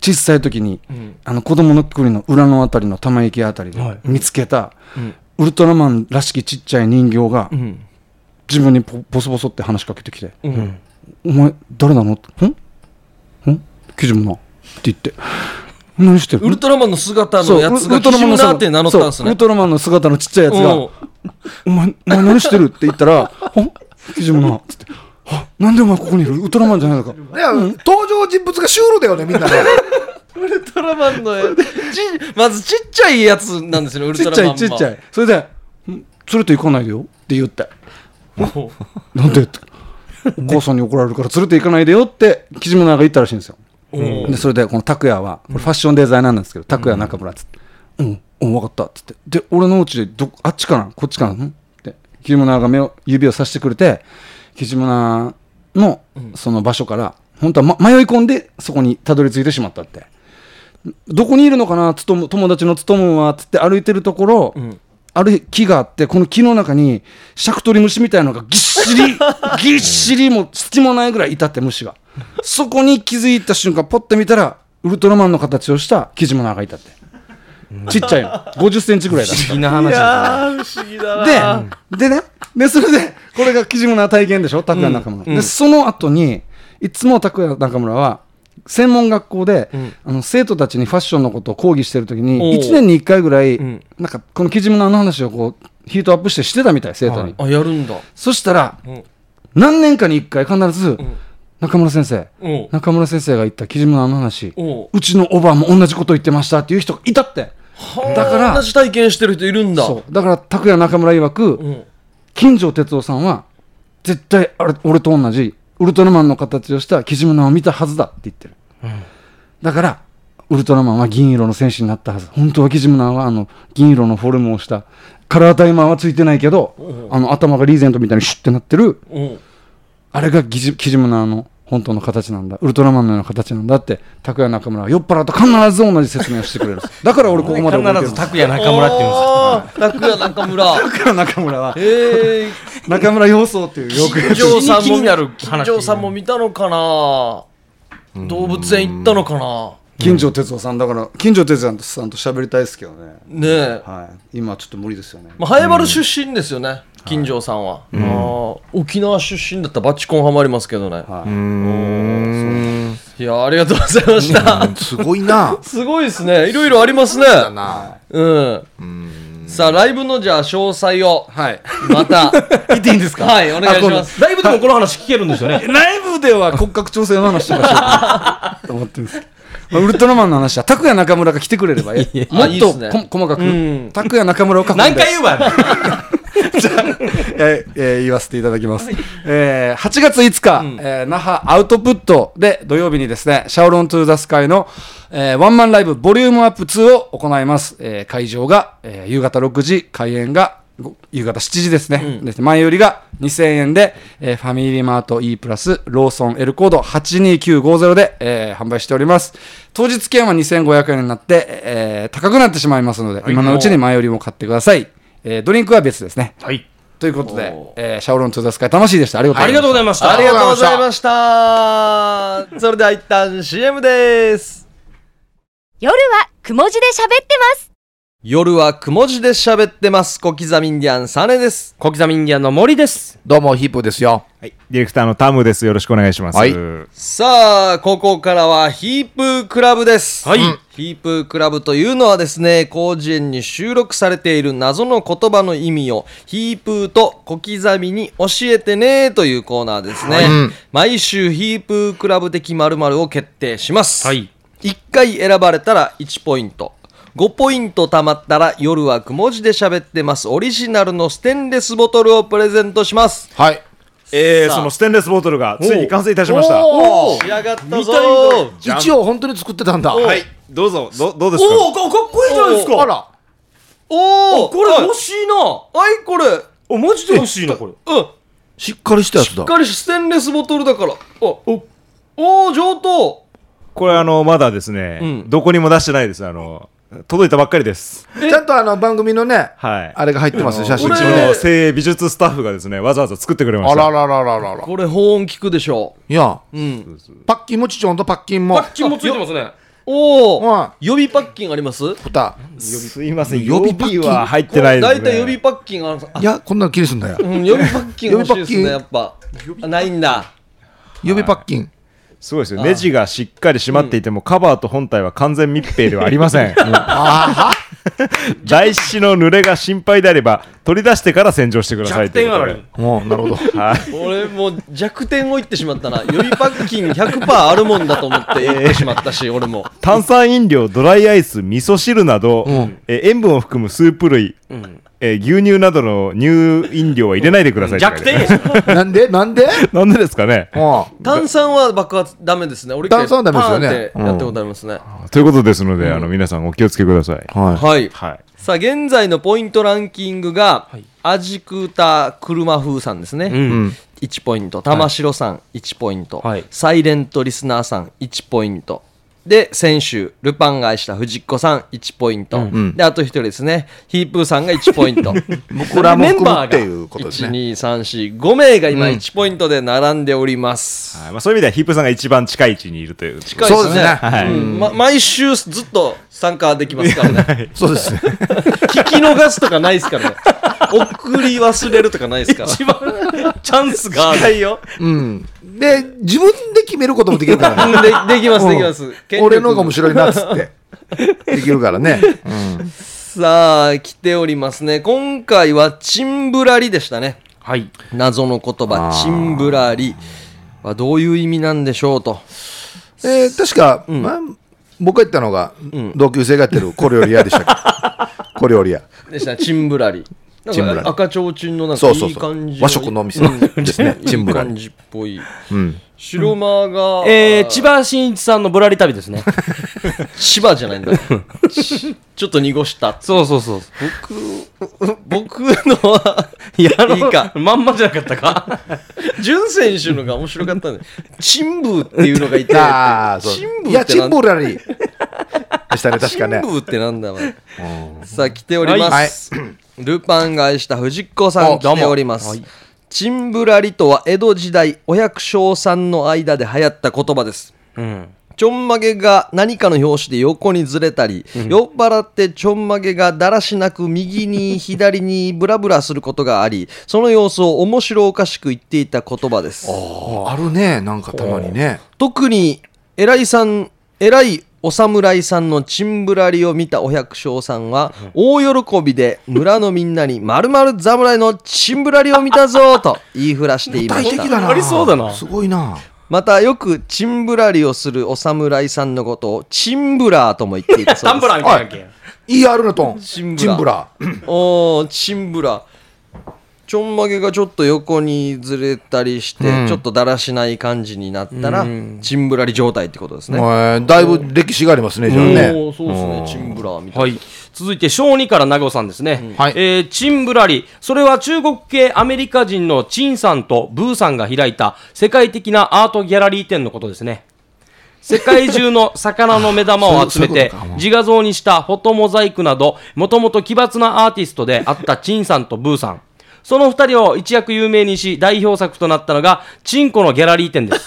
S6: 小さい時に、あの子供の国の裏のあたりの玉池あたりで見つけた、ウルトラマンらしきちっちゃい人形が、自分にポボソボソって話しかけてきて「お前誰なの?」って「んんキジムナ」って言って「何してる
S1: ウルトラマンの姿
S6: そ
S1: の
S6: う
S1: やつ
S6: ウ
S1: が、
S6: ルト
S1: キ
S6: ラ
S1: シ
S6: マン
S1: ムナ
S6: の
S1: ー
S6: 姿
S1: って名乗ったんです
S6: そうウル
S1: ね。
S6: トラマンの姿のちっちゃいやつが
S1: うん
S6: 「お前お前何してる?」って言ったら 「ほんキジムナ」っつって「あなんでお前ここにいるウルトラマンじゃないのか」
S3: いや、登場人物がシュールだよね、みんなね。
S1: ウルトラマンのやつちまずちっちゃいやつなんですよね、ウル
S6: ち
S1: ト
S6: っち
S1: ラ
S6: ゃ
S1: マン
S6: い
S1: は
S6: ちっちゃいそれでん「連れて行かないでよ」って言って「なんで?」って「お母さんに怒られるから連れて行かないでよ」ってキジムナが言ったらしいんですよでそれでこの拓也はこれファッションデザイナーなんですけど拓也中村っつって「うん、うん、分かった」っつってで俺のうちでどあっちかなこっちかなんってキジムナが目を指をさしてくれてキジムナのその場所から本当は、ま、迷い込んでそこにたどり着いてしまったってどこにいるのかなつとも友達のつとむんはつって歩いてるところ、ある木があってこの木の中にシャクトリムシみたいなのがぎっ しりぎっしりもう隙間ないぐらいいたって虫がそこに気づいた瞬間ポッて見たらウルトラマンの形をしたキジモナーがいたってちっちゃいの5 0ンチぐらいだった
S2: 不思議な話ですね。
S6: で、でね、で、それで、これがキジムナ体験でしょ、拓也中村。で、その後に、いつも拓也中村は、専門学校で、あの生徒たちにファッションのことを講義してるときに、
S1: おう
S6: 1年に1回ぐらい、
S1: ん
S6: なんか、このキジムナの話をこう、ヒートアップしてしてたみたい、生徒に。
S1: あ、やるんだ。
S6: そしたら、
S1: ん
S6: 何年かに1回必ず、中村先生、
S1: うん。
S6: 中村先生が言ったキジムナの話、
S1: おう
S6: うちのおばあも同じこと言ってましたっていう人がいたって。だから
S1: 同じ体験してる人いるんだ。
S6: そう。だから、拓也中村曰く、
S1: うん。
S6: 金城哲夫さんは絶対あれ俺と同じウルトラマンの形をしたキジムナを見たはずだって言ってる、だからウルトラマンは銀色の戦士になったはず本当はキジムナはあの銀色のフォルムをしたカラータイマーはついてないけど、あの頭がリーゼントみたいにシュッてなってる
S1: うん。
S6: あれがキジキジムナの本当の形なんだウルトラマンのような形なんだって拓也中村は酔っ払うと必ず同じ説明をしてくれるんですだから俺ここまで覚えてるんで
S2: 必
S6: す
S2: ず拓也中村って言うんですよ
S1: ああ、楽や中村。
S6: 拓也 中村は
S1: ええ
S6: 中村洋装っていうよく
S1: 金城さんも
S2: 気になる話
S1: 金城さんも見たのかな動物園行ったのかな
S6: 金城哲夫さんだから金城哲夫さんと喋りたいですけどね、
S1: ねえ、
S6: はい、今ちょっと無理ですよね、
S1: まあ、早原出身ですよね、金城さんは、あー沖縄出身だったらバチコンハマりますけどね、
S6: はい
S1: い、やーありがとうございました、
S3: すごいな。
S1: すごいですねいろいろありますね
S3: だな。
S1: うんさあライブのじゃあ詳細を
S3: はい。
S1: また
S3: 言っていいんですか
S1: はいお願いします
S2: ライブでもこの話聞けるんですよね。
S6: ライブでは骨格調整の話とかしよう と思ってるんですけどまあウルトラマンの話は拓也中村が来てくれればいいも
S1: い
S6: っ
S1: いっ
S6: と
S1: す
S6: こ、
S1: ね
S6: 細かく
S1: うん
S6: 拓也中村を囲んで
S2: 何回言うわ。
S6: えーえー言わせていただきます。えー8月5日、えー那覇アウトプットで土曜日にですね、シャオロントゥーザスカイの、えーワンマンライブボリュームアップ2を行います。えー会場が、えー夕方6時、開演がご夕方7時ですね。です前売りが2000円で、えーファミリーマート E プラスローソン L コード82950で、えー販売しております。当日券は2500円になって、えー高くなってしまいますので、今のうちに前売りも買ってください。えードリンクは別ですね。
S2: はい。
S6: ということで、えーシャオロントゥザスカイ楽しいでした。ありがとう
S2: ありがとうござい
S6: ま
S2: ました。
S1: ありがとうございましたそれでは一旦 CM です
S5: 夜はくも字で喋ってます。
S1: 夜はくも字で喋ってます小刻みインディアンサネです
S2: 小刻みインディアンの森です。
S3: どうも、ヒップですよ。
S4: はい、ディレクターのタムです。よろしくお願いします。
S3: はい
S1: さあ、ここからはヒープークラブです。
S2: はい
S1: うんヒープークラブというのはですね、広辞苑に収録されている謎の言葉の意味をヒープーと小刻みに教えてねというコーナーですね。毎週ヒープークラブ的〇〇を決定します。
S2: はい
S1: 1回選ばれたら1ポイント。5ポイント貯まったら夜はくも字で喋ってますオリジナルのステンレスボトルをプレゼントします。
S3: はい。
S4: えー、そのステンレスボトルがついに完成いたしました。
S1: おお仕上がったぞー
S3: 一応、本当に作ってたんだ。
S4: はい。、どうぞ、どどうですか
S2: お、かっこいいじゃないです
S3: あ。ら。
S1: おお
S2: これ欲しいな。
S1: はい、これ。う
S2: お、マジで欲しいな、これ。
S1: ん。
S3: しっかりしたやつ
S1: し
S3: だ
S1: っ。かりステンレスボトルだから。あ、お、おー上等。
S4: これあの、まだですね、どこにも出してないです。あの、届いたばっかりです。
S3: ちゃんとあの、番組のね、
S4: はい。
S3: あれが入ってますよ、写
S4: うち
S3: 真
S4: の
S1: これ
S3: ね。
S4: 精鋭美術スタッフがですね、わざわざ作ってくれま
S3: あ
S4: した。
S3: らららららら。
S1: これ保温効くでしょ
S3: いや、
S1: う。うん。
S3: パッキンもちちょんとパッキン
S2: パ
S3: も。
S2: ッキンもついてますね。
S1: おお、
S3: うん
S1: 予備パッキンあります
S3: 豚。
S4: すいません、
S3: 予
S4: 予
S3: 備パッキン
S4: 備は入ってないです、ね。
S1: 大体予備パッキンあるあ
S3: いや、こんなの気にすんだよ。
S1: うん、予備パッキン欲しいですね、や
S3: 予
S1: っぱ。あないんだ。
S3: 予備パッキン。
S4: すごいですよ。ネジがしっかり締まっていても、カバーと本体は完全密閉ではありません。 台紙の濡れが心配であれば、取り出してから洗浄してください
S2: 弱
S4: という
S2: 点
S4: こ
S2: あ
S4: とで。
S2: る。
S3: もう、なるほど。
S1: 俺もう弱点を言ってしまったな。予備パッキン100%あるもんだと思って言ってしまったし、俺も。
S4: 炭酸飲料、ドライアイス、味噌汁など、えー塩分を含むスープ類、えー牛乳などの乳飲料は入れないでくださいって書い
S2: 弱
S4: てあ
S2: 点で
S4: る。
S2: しょ。
S3: なんでな んで
S4: なんでですかね
S3: うん
S1: 炭酸は爆発ダメですね。俺一回
S3: 炭酸はダメですよね
S1: パーンってやったことありますね。
S4: ということですので、あの皆さんお気をつけください。
S3: は
S1: はい。
S4: はい。
S1: さあ現在のポイントランキングが、アジクータ車風さんですね、1ポイント玉城さん1ポイント、
S2: はい
S1: サイレントリスナーさん1ポイントで先週ルパンが愛した藤子さん1ポイント、であと1人ですねヒープーさんが1ポイント
S3: 僕らも含むっていうことですね
S1: メンバーが12345名が今1ポイントで並んでおります、
S4: はいまあ、そういう意味ではヒープさんが一番近い位置にいるという。
S1: 近いですね
S3: そうですね
S4: はい
S1: うんま毎週ずっと参加できますからね
S3: い。そうですね。
S1: 聞き逃すとかないですからね。送り忘れるとかないですから。
S2: 一番チャンスがある。
S1: 近いよ。
S3: うん。で、自分で決めることもでき るからね。
S1: でできます、
S3: うん
S1: できます。権力
S3: 俺の方が面白いなっつって。できるか らね。うん
S1: さあ、来ておりますね。今回は、チンブラリでしたね。
S2: はい。
S1: 謎の言葉、チンブラリはどういう意味なんでしょうと。
S3: えー確か、まあ僕が言ったのが、同級生がやってる小料理屋でした っけ小料理屋。
S1: でしたね、チンブラリ。なん
S3: チンブラリ
S1: か赤ちょうちんのなんか
S3: そ
S1: いう
S3: そう
S1: い
S3: そう
S1: 感じ
S3: 和食のお店ですね
S1: うん
S3: チンブラリ
S1: いい感じっぽい。白間が、
S2: えー、千葉真一さんのぶらり旅ですね。
S1: 千葉じゃないん だ。ちちょっと濁したって
S2: そうそうそう。
S1: 僕 のは、
S2: いや、あの
S1: いいか
S2: まんまじゃなかったか。
S1: 潤選手のが面白かったね。チンブーっていうのがいて。
S3: ああ、そう。
S1: チンブ
S3: い
S1: ー
S3: や、
S1: って
S3: チ
S1: な
S3: ン
S1: ん
S3: ブラリーでしたね、確かね
S1: チン。ブーってなんだろう。さあ、来ております。ルパンが愛した藤子さん
S3: おどう
S1: 来
S3: も
S1: ております。チンブラリとは江戸時代お百姓さんの間で流行った言葉です。
S2: うん。
S1: ちょんまげが何かの拍子で横にずれたり、酔っ払ってちょんまげがだらしなく右に左にブラブラすることがありその様子を面白おかしく言っていた言葉です
S3: あるねなんかたまにね
S1: 特に偉いさん偉いお侍さんのチンブラリを見たお百姓さんは大喜びで村のみんなに「まるまる侍のチンブラリを見たぞ」と言いふらしていま
S3: 具体
S1: し
S3: 的だ
S1: た
S3: な
S2: ありそうだな
S3: すごいな
S1: またよくチンブラリをするお侍さんのことをチンブラーとも言っていたそうで
S2: タ ン
S1: す
S2: ブラーみたいなわけや。
S3: ER のトン
S1: チ
S3: チ
S1: ン
S3: ン
S1: ブラ
S3: ブラ
S1: おーチンブラちょんまげがちょっと横にずれたりして、ちょっとだらしない感じになったら、チンブラリ状態ってことですね、
S3: えーだいぶ歴史がありますねじゃあ
S1: お
S3: ね
S1: ーそうですねチンブラーみたいな、
S2: はい、続いて小児から名護さんですね、
S3: はい
S2: えーチンブラリそれは中国系アメリカ人のチンさんとブーさんが開いた世界的なアートギャラリー展のことですね世界中の魚の目玉 を集め
S3: そういう
S2: て
S3: ことか
S2: 自画像にしたフォトモザイクなどもともと奇抜なアーティストであったチンさんとブーさんその二人を一躍有名にし代表作となったのがチンコのギャラリー 展です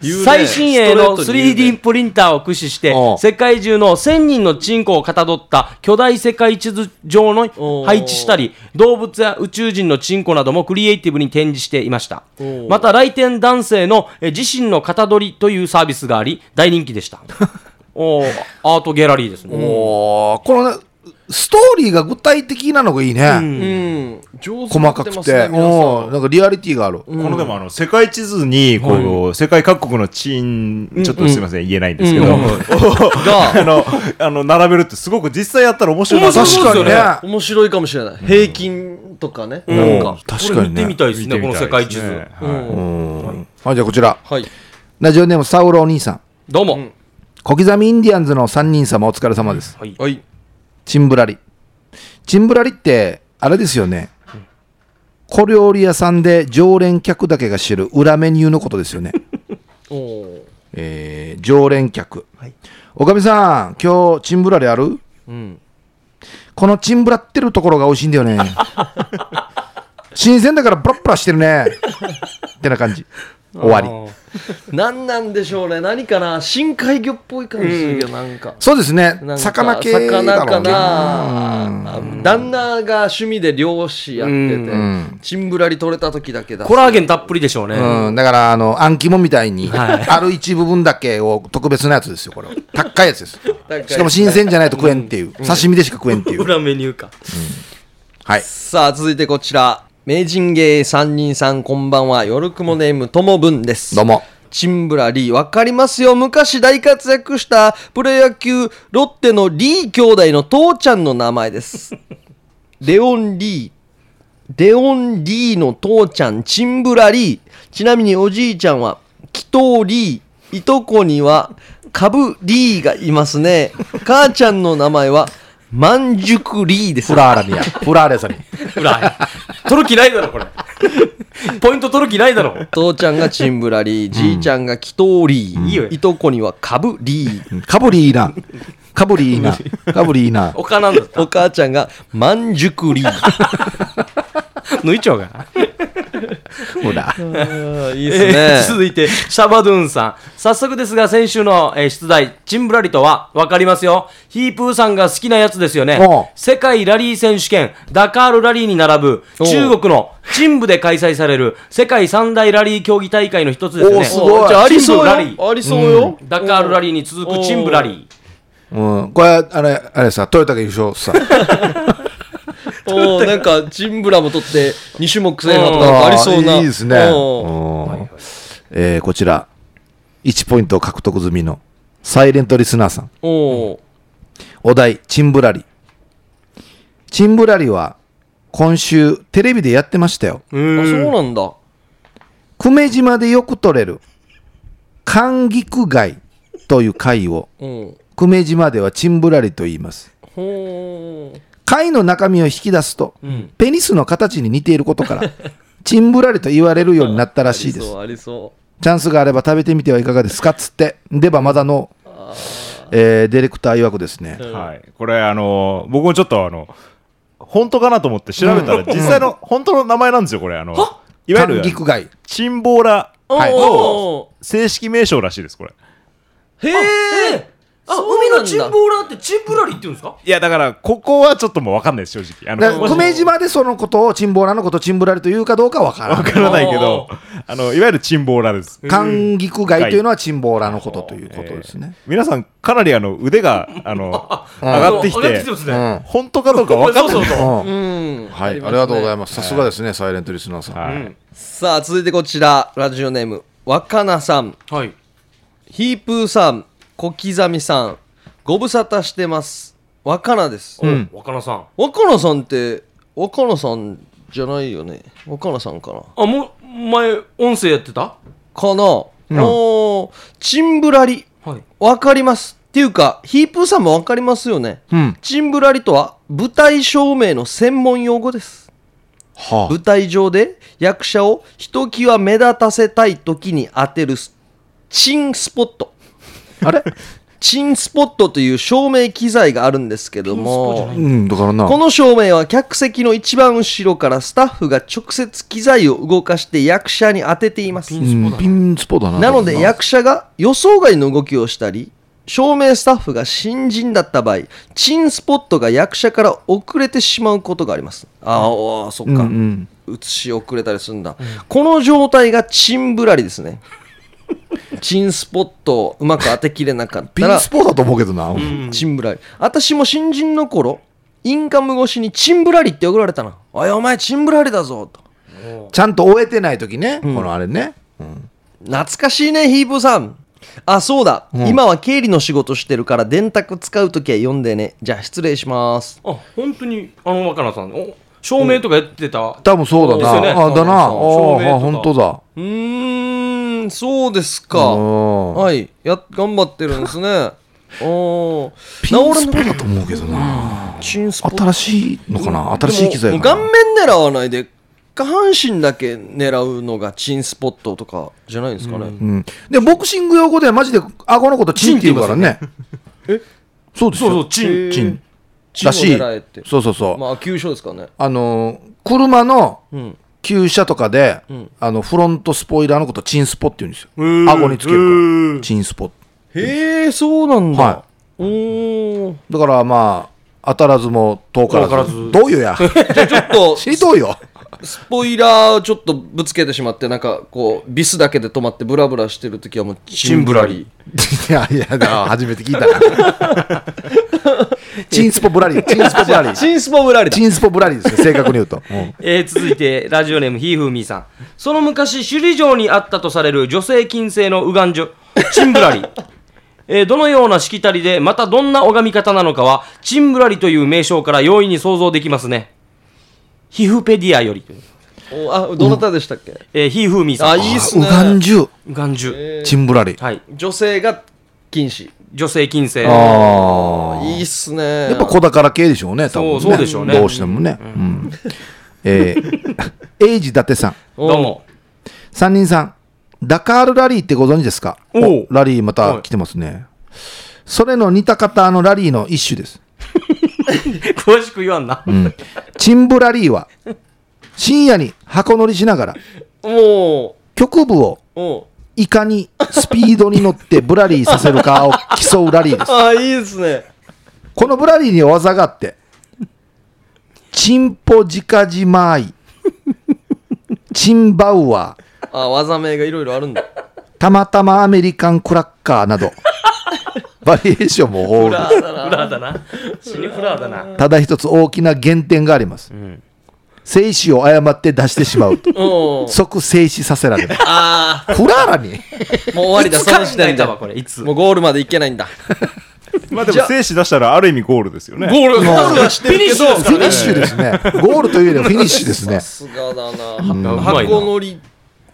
S1: 言うね
S2: 最新鋭の
S1: ストレートに言うね
S2: 3D プリンターを駆使して
S3: おう
S2: 世界中の1000人のチンコをかたどった巨大世界地図上の
S1: おう
S2: 配置したり動物や宇宙人のチンコなどもクリエイティブに展示していましたまた来店男性のえ自身のかたどりというサービスがあり大人気でしたおうアートギャラリーですね
S3: おーこのねストーリーが具体的なのがいいね
S1: うん上手に
S3: 細
S1: や
S3: か
S1: ってま
S3: く
S1: す
S3: て
S1: ね皆さん
S3: おーなんかリアリティがある
S4: このでもあの世界地図にこう世界各国のチンちょっとすいません言えないんですけど あのあの並べるってすごく実際やったら面白いなと
S3: 確かにね
S1: 面白いかもしれない平均とかね、なんか
S3: 確かに
S2: 見てみ
S3: ね
S2: たいですねこの世界地
S4: 見てみたいです
S2: 図、
S4: ね
S3: はいじゃあこちら
S1: はい
S3: ラジオネームサウロお兄さん
S2: どうも、
S3: 小刻みインディアンズの3人様お疲れ様です
S2: はい、
S1: はい
S3: チンブラリチンブラリってあれですよね小料理屋さんで常連客だけが知る裏メニューのことですよね
S1: おー
S3: えー常連客、おかみさん今日チンブラリある、このチンブラってるところが美味しいんだ よね新鮮だからプラプラしてるねってな感じ終わり
S1: 何なんでしょうね何かな深海魚っぽい感じするけどなんか
S3: そうです
S1: な
S3: ね
S1: んか
S3: 魚系だろうね
S1: 魚かな旦那が趣味で漁師やっててチンブラリ取れた時だけだ
S2: コラーゲンたっぷりでしょうね、
S3: うん、だから、あの、あん肝みたいに、ある一部分だけを特別なやつですよ、これは。高いやつです。
S1: い
S3: しかも新鮮じゃないと食えんっていう。刺身でしか食えんっていう。
S2: 裏メニューか
S3: はい。
S1: さあ続いてこちら名人芸三人さんこんばんはよろくもネームともぶんです
S3: どうも。
S1: チンブラリー、わかりますよ。昔大活躍したプロ野球ロッテのリー兄弟の父ちゃんの名前 です。レオン・リー。レオン・リーの父ちゃん、チンブラリー。ちなみにおじいちゃんは、キトーリー。いとこには、カブ・リーがいますね。母ちゃんの名前は、満熟リーです
S3: プ。ラアラミア。プラアレサミ。
S2: 裏取る気ないだろこれポイント取る気ないだろ
S1: 父ちゃんがチンブラリー、じいちゃんがキトーリ
S2: いいよ
S1: ー。いとこには、カブ・リー。
S3: カブリーナ。カブリーナ。カブリーナ。
S2: おかなんだった
S1: お母ちゃんが満熟リー。
S2: 抜いちゃうかな、
S3: ほら。
S1: いい
S2: えー続いてシャバドゥンさん早速ですが先週の、えー出題チンブラリとは分かりますよヒープーさんが好きなやつですよね
S3: おう
S2: 世界ラリー選手権ダカールラリーに並ぶ
S1: おう
S2: 中国のチンブで開催される世界三大ラリー競技大会の一つです
S3: お
S2: ね
S3: うすごい
S1: じゃあありそう
S2: チンブラリ
S1: よ。ありそうよ。
S2: ダカールラリーに続くチンブラリ
S3: うん。これ、あれ、あれさ、トヨタが優勝さ。
S1: おーなんか、チンブラも取って、2種目制覇と
S3: ー
S1: かありそうな。
S3: いいですね。
S1: おー
S3: うんえーこちら。1ポイント獲得済みの、サイレントリスナーさん。
S1: おー
S3: お題、チンブラリ。チンブラリは、今週、テレビでやってましたよ。
S1: あ、そうなんだ。
S3: 久米島でよく取れる、寒菊貝という貝を、
S1: うん。
S3: 久米島ではチンブラリと言います。
S1: ほー
S3: 貝の中身を引き出すと、ペニスの形に似ていることから、チンブラリと言われるようになったらしい
S1: あ
S3: で
S1: りそ
S3: す。
S1: う、ありそ
S3: チャンスがあれば食べてみてはいかがですかっつって、でばまだの、えーディレクター曰くですね。
S4: はい、これあの僕もちょっとあの本当かなと思って調べたら実際の本当の名前なんですよこれあのいわゆ
S3: 寒
S4: る
S3: 菊貝。
S4: チンボーラ
S2: お
S3: はい
S2: お
S4: 正式名称らしいです、これ。
S1: へえ
S2: あ、
S1: そう
S2: 海
S1: なんだ
S2: のチンボーラーってチンブラリって言うんですか
S4: いや、だから、ここはちょっともうわかんないです、正直。あ
S3: だから
S4: の、
S3: 久米島でそのことをチンボーラのことをチンブラルというかどうかわから
S4: わ
S3: ん
S4: からないけど、あの、いわゆるチンボーラです。
S3: 観菊街というのはチンボーラのことということですね、
S4: 皆さん、かなりあの、腕が、あの、上がってき
S2: 上がっ
S4: て
S2: てきて、ますね。
S4: 本当かどうかわかんない。
S2: そうそうそう
S3: うん
S1: うん
S3: はい、ありがとうございます。さすがですね、サイレントリスナーさん。
S4: はい
S1: さあ続いてこちらラジオネーム若菜さん
S2: はい。
S1: ヒープーさん小刻みさんご無沙汰してます若菜です、
S2: うん。若菜さん。
S1: 若菜さんって若菜さんじゃないよね若菜さんかな
S2: あ、もう、前、音声やってた
S1: かな、おーチンブラリ
S2: はい。
S1: わかりますっていうかヒープーさんもわかりますよね、
S3: うん
S1: チンブラリとは舞台照明の専門用語です
S3: は
S1: 舞台上で役者をひときわ目立たせたい時に当てるスチンスポット
S3: あ、あれ
S1: チンスポットという照明機材があるんですけども
S3: うん、だからな。
S1: この照明は客席の一番後ろからスタッフが直接機材を動かして役者に当てています
S3: うんピンスポだな。
S1: なので役者が予想外の動きをしたり照明スタッフが新人だった場合チンスポットが役者から遅れてしまうことがありますあーあーそっ
S3: うんう
S1: か、
S3: ん。
S1: 映し遅れたりするんだ、この状態がチンぶらりですねチンスポットをうまく当てきれなかっ
S3: ピ
S1: た
S3: ン
S1: ら
S3: スポだと思うけどな。
S1: チンぶらり私も新人の頃インカム越しにチンぶらりって送られたな「おいお前チンぶらりだぞ」と
S3: ちゃんと終えてない時ね、このあれね。
S1: 懐かしいねヒープーさんあそうだ、今は経理の仕事してるから電卓使う時は読んでねじゃあ失礼します
S2: あ、本当に、あの若菜さん。お照明とかやってた。
S3: 多分そう
S2: ですよ
S3: だ
S2: ね
S3: な。あ、だな。ああ、
S2: 照明とか
S3: 本当だ。
S1: うーんそうです
S3: う
S1: か
S3: ん
S1: はいや頑張ってるんです ねおー
S3: ピンスポだと思うけどな。
S1: チンスポ
S3: 新しいのかな新しい機
S1: も
S3: 材
S1: う
S3: か
S1: 顔
S3: な
S1: 面狙わないで下半身だけ狙うのがチンスポットとかじゃないんですかね、
S3: うん。で、ボクシング用語ではマジで顎のことチンって言うからね。えそうですよ。
S2: そうそうチン
S3: へーチン。
S1: チンを
S3: だし
S1: 狙えって、
S3: そうそうそう。
S1: まあ急所ですかね
S3: あの車の
S1: ん
S3: 旧車とかで、あのフロントスポイラーのことチンスポって言うんですよ顎につけるからチンスポ
S1: へえそうなんだ、
S3: は
S1: おお
S3: いだからまあ当たらずも遠からず
S2: 遠からず
S3: どうよや
S1: じゃあちょっと
S3: 知りとうよ
S1: スポイラーをちょっとぶつけてしまってなんかこうビスだけで止まってブラブラしてる時はもうチンブラリ
S3: いやいやだから初めて聞いたなチンスポブラリチンスポブラリ
S1: チンスポブラリだ
S3: チンスポブラリですね正確に言うと、
S2: えー続いて、ラジオネーム、ひーふーみーさん。その昔、首里城にあったとされる女性禁制の右眼女、チンブラリ。えーどのようなしきたりで、またどんな拝み方なのかは、チンブラリという名称から容易に想像できますね。ヒフペディアより。
S1: おあどなたでしたっけ、
S2: えー、ひーふーみーさ
S1: あ
S2: ん。
S1: いいっす
S3: う
S1: ね
S3: がんじゅう
S2: 右眼女。
S3: チンブラリ
S2: はい。
S1: 女性が禁止
S2: 女性禁制。
S3: ああ
S1: いいっすね
S3: やっぱ小宝系でしょうね、多分ね。
S2: そうそうでしょうね
S3: どうしてもね。うん。えー、 エイジ伊達さん。
S1: お
S2: どうも。
S3: 三人さん。ダカールラリーってご存知ですか
S2: おう
S3: ラリーまた来てますね。それの似た方のラリーの一種です。
S2: 詳しく言わんな。
S3: チンブラリーは、深夜に箱乗りしながら、
S1: お
S3: 局部を
S1: おお
S3: いかにスピードに乗ってブラリーさせるかを競うラリーです。
S1: あいいっすね
S3: このブラリーには技があって、チンポジカジマイ、チンバウアー、
S1: あ技名がいろいろあるんだ
S3: たまたまアメリカンクラッカーなど、バリエーションも豊富
S1: ブラ
S3: で
S1: ー
S2: フ
S1: だな
S2: ラーだな。死にフラーだな。
S3: す。ただ一つ大きな減点があります。精子を誤って出してしまうと、
S1: おー
S3: 即静止させられる。
S1: あ
S3: フラーラに
S1: ーもう終わりだその時点で
S2: たわ、こ
S1: も
S2: れ。いつ。
S1: うゴールまでいけないんだ
S4: まあでも、精子出したらある意味ゴールですよね。
S2: ゴール
S1: ゴールはしてるけど
S2: フィニッシュですか
S3: フィニッシュですね。ゴールというよりはフィニッシュですね
S1: さ。すがだな
S2: うまいな
S1: 箱乗り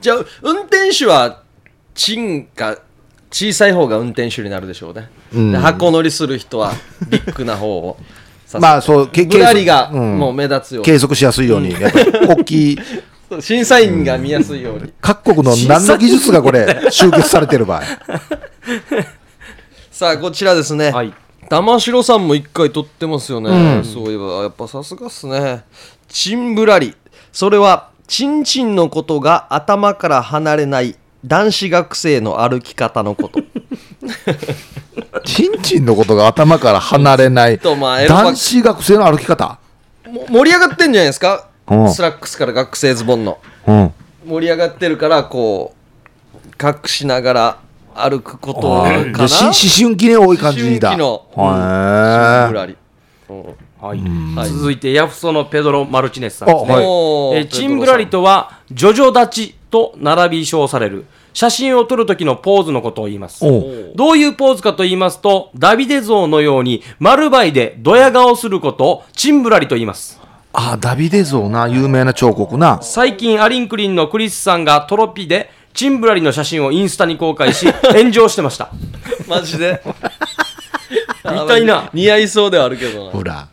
S1: じゃあ運転手はチンが小さい方が運転手になるでしょうね、で箱乗りする人はビッグな方を
S3: まあそう、け
S1: ブラリが
S3: うん
S1: もう目立つように
S3: 計測しやすいように、やっぱり大きい
S1: そう審査員が見やすいように、
S3: 各国の何の技術がこれ、集結されてる場合。
S1: さあこちらですね、
S2: はい。
S1: 玉城さんも一回撮ってますよね、そういえばやっぱさすがっすねチンブラリそれはチンチンのことが頭から離れない男子学生の歩き方のこと。
S3: ちんちんのことが頭から離れない
S1: とまあエロバ
S3: 男子学生の歩き方
S1: も盛り上がってんじゃないですか
S3: うん
S1: スラックスから学生ズボンの。
S3: うん
S1: 盛り上がってるから、こう、隠しながら歩くことか
S3: で
S1: な。
S3: し思春期に多い感じだ
S1: 思春期の
S3: へ
S1: ふ
S3: ー
S1: らり。うん
S2: はい
S1: はい
S2: 続いてヤフソのペドロ・マルチネスさん
S3: あ
S2: ですね
S3: はい
S1: おー
S2: えーチンブラリとはジョジョ立ちと並び称される写真を撮る時のポーズのことを言います
S3: おう
S2: どういうポーズかと言いますとダビデ像のように丸バイでドヤ顔することをチンブラリと言います
S3: あダビデ像な有名な彫刻な
S2: 最近アリンクリンのクリスさんがトロピでチンブラリの写真をインスタに公開し炎上してました
S1: マジ で。
S2: みたいな
S1: 似合いそうではあるけどな。
S3: ほら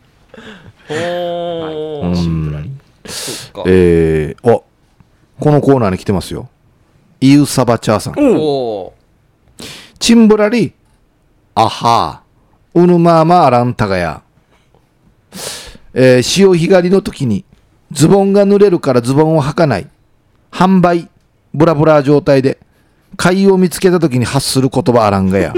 S1: おーそっか。
S3: えー、おこのコーナーに来てますよイウサバチャーさん
S1: おー
S3: チンブラリ、アハー、ウヌマーマーアランタガヤ。えー潮干狩りの時に、ズボンが濡れるからズボンを履かない。販売、ブラブラ状態で、貝を見つけた時に発する言葉アラン ガヤ。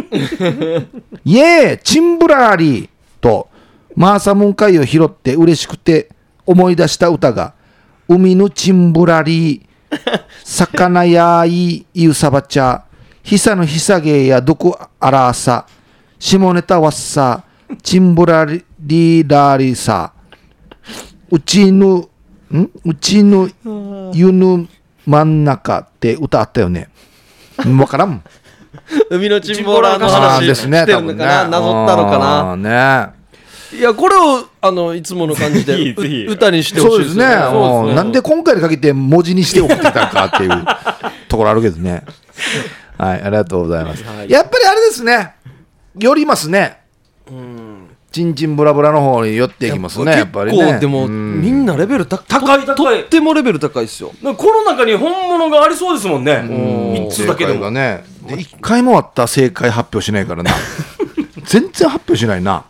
S3: イエーチンブラーリーと、マーサムン貝を拾って嬉しくて思い出した歌が、海のチンブラリー。魚やいゆさばちゃ、ひさのひさげやどこあらさ、下ネタわっさ、ちんぶらりらりさ、うちぬ、んうちぬゆぬ真ん中って歌あったよね。うんわからん。
S1: 海のチンボラーの
S3: あ
S1: 話
S3: ーですね、
S1: してる
S3: 多
S1: の
S3: 分
S1: か
S3: ね。
S1: な、なぞったのかな。
S3: な。ね
S1: いや、これを、あの、いつもの感じで、
S4: ぜひぜひ
S1: う歌にしてほし
S3: そ
S1: いう
S3: ですね。
S1: そう
S3: うんなんで今回に限って文字にして送ってきたのかっていう ところあるけどね。はい、ありがとうございます。やっぱりあれですね。寄りますね。ちんちんぶらぶらの方に寄っていきますね、やっぱりね。
S1: 結構、でも、
S3: うん
S1: みんなレベルた
S2: 高い高い
S1: とってもレベル高いっすよ。
S2: なんかこの中に本物がありそうですもんね一通
S3: 正
S2: だけで
S3: 解が
S2: も
S3: ね、一回もあった正解発表しない からな。全然発表しないな。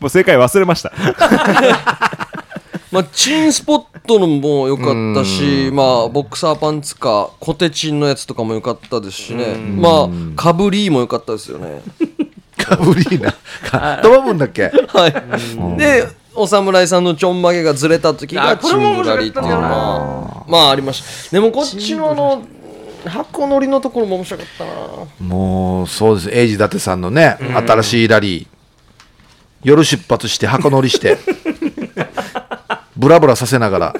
S4: もう正解忘れました。
S1: まあ、チンスポットのも良かったし、まあ、ボクサーパンツか、コテチンのやつとかも良かったですしね。まあ、かぶりも良かったですよね。
S3: かぶり ーな。かどうもんだっけ
S1: はい。で、お侍さんのちょんまげがずれた時が
S2: あこ
S1: チ
S2: れ
S1: ン
S2: も
S1: ブ
S2: 面
S1: ラ
S2: 白
S1: リ
S2: か
S1: っ
S2: ってた
S1: い
S2: ん
S1: う
S2: だ
S1: の
S2: よな
S1: は、まあありました。でもこっちのあの、箱乗りのところも面白かったな。
S3: もうそうですエイジ伊達さんのね、新しいラリー夜出発して箱乗りして ブラブラさせながら、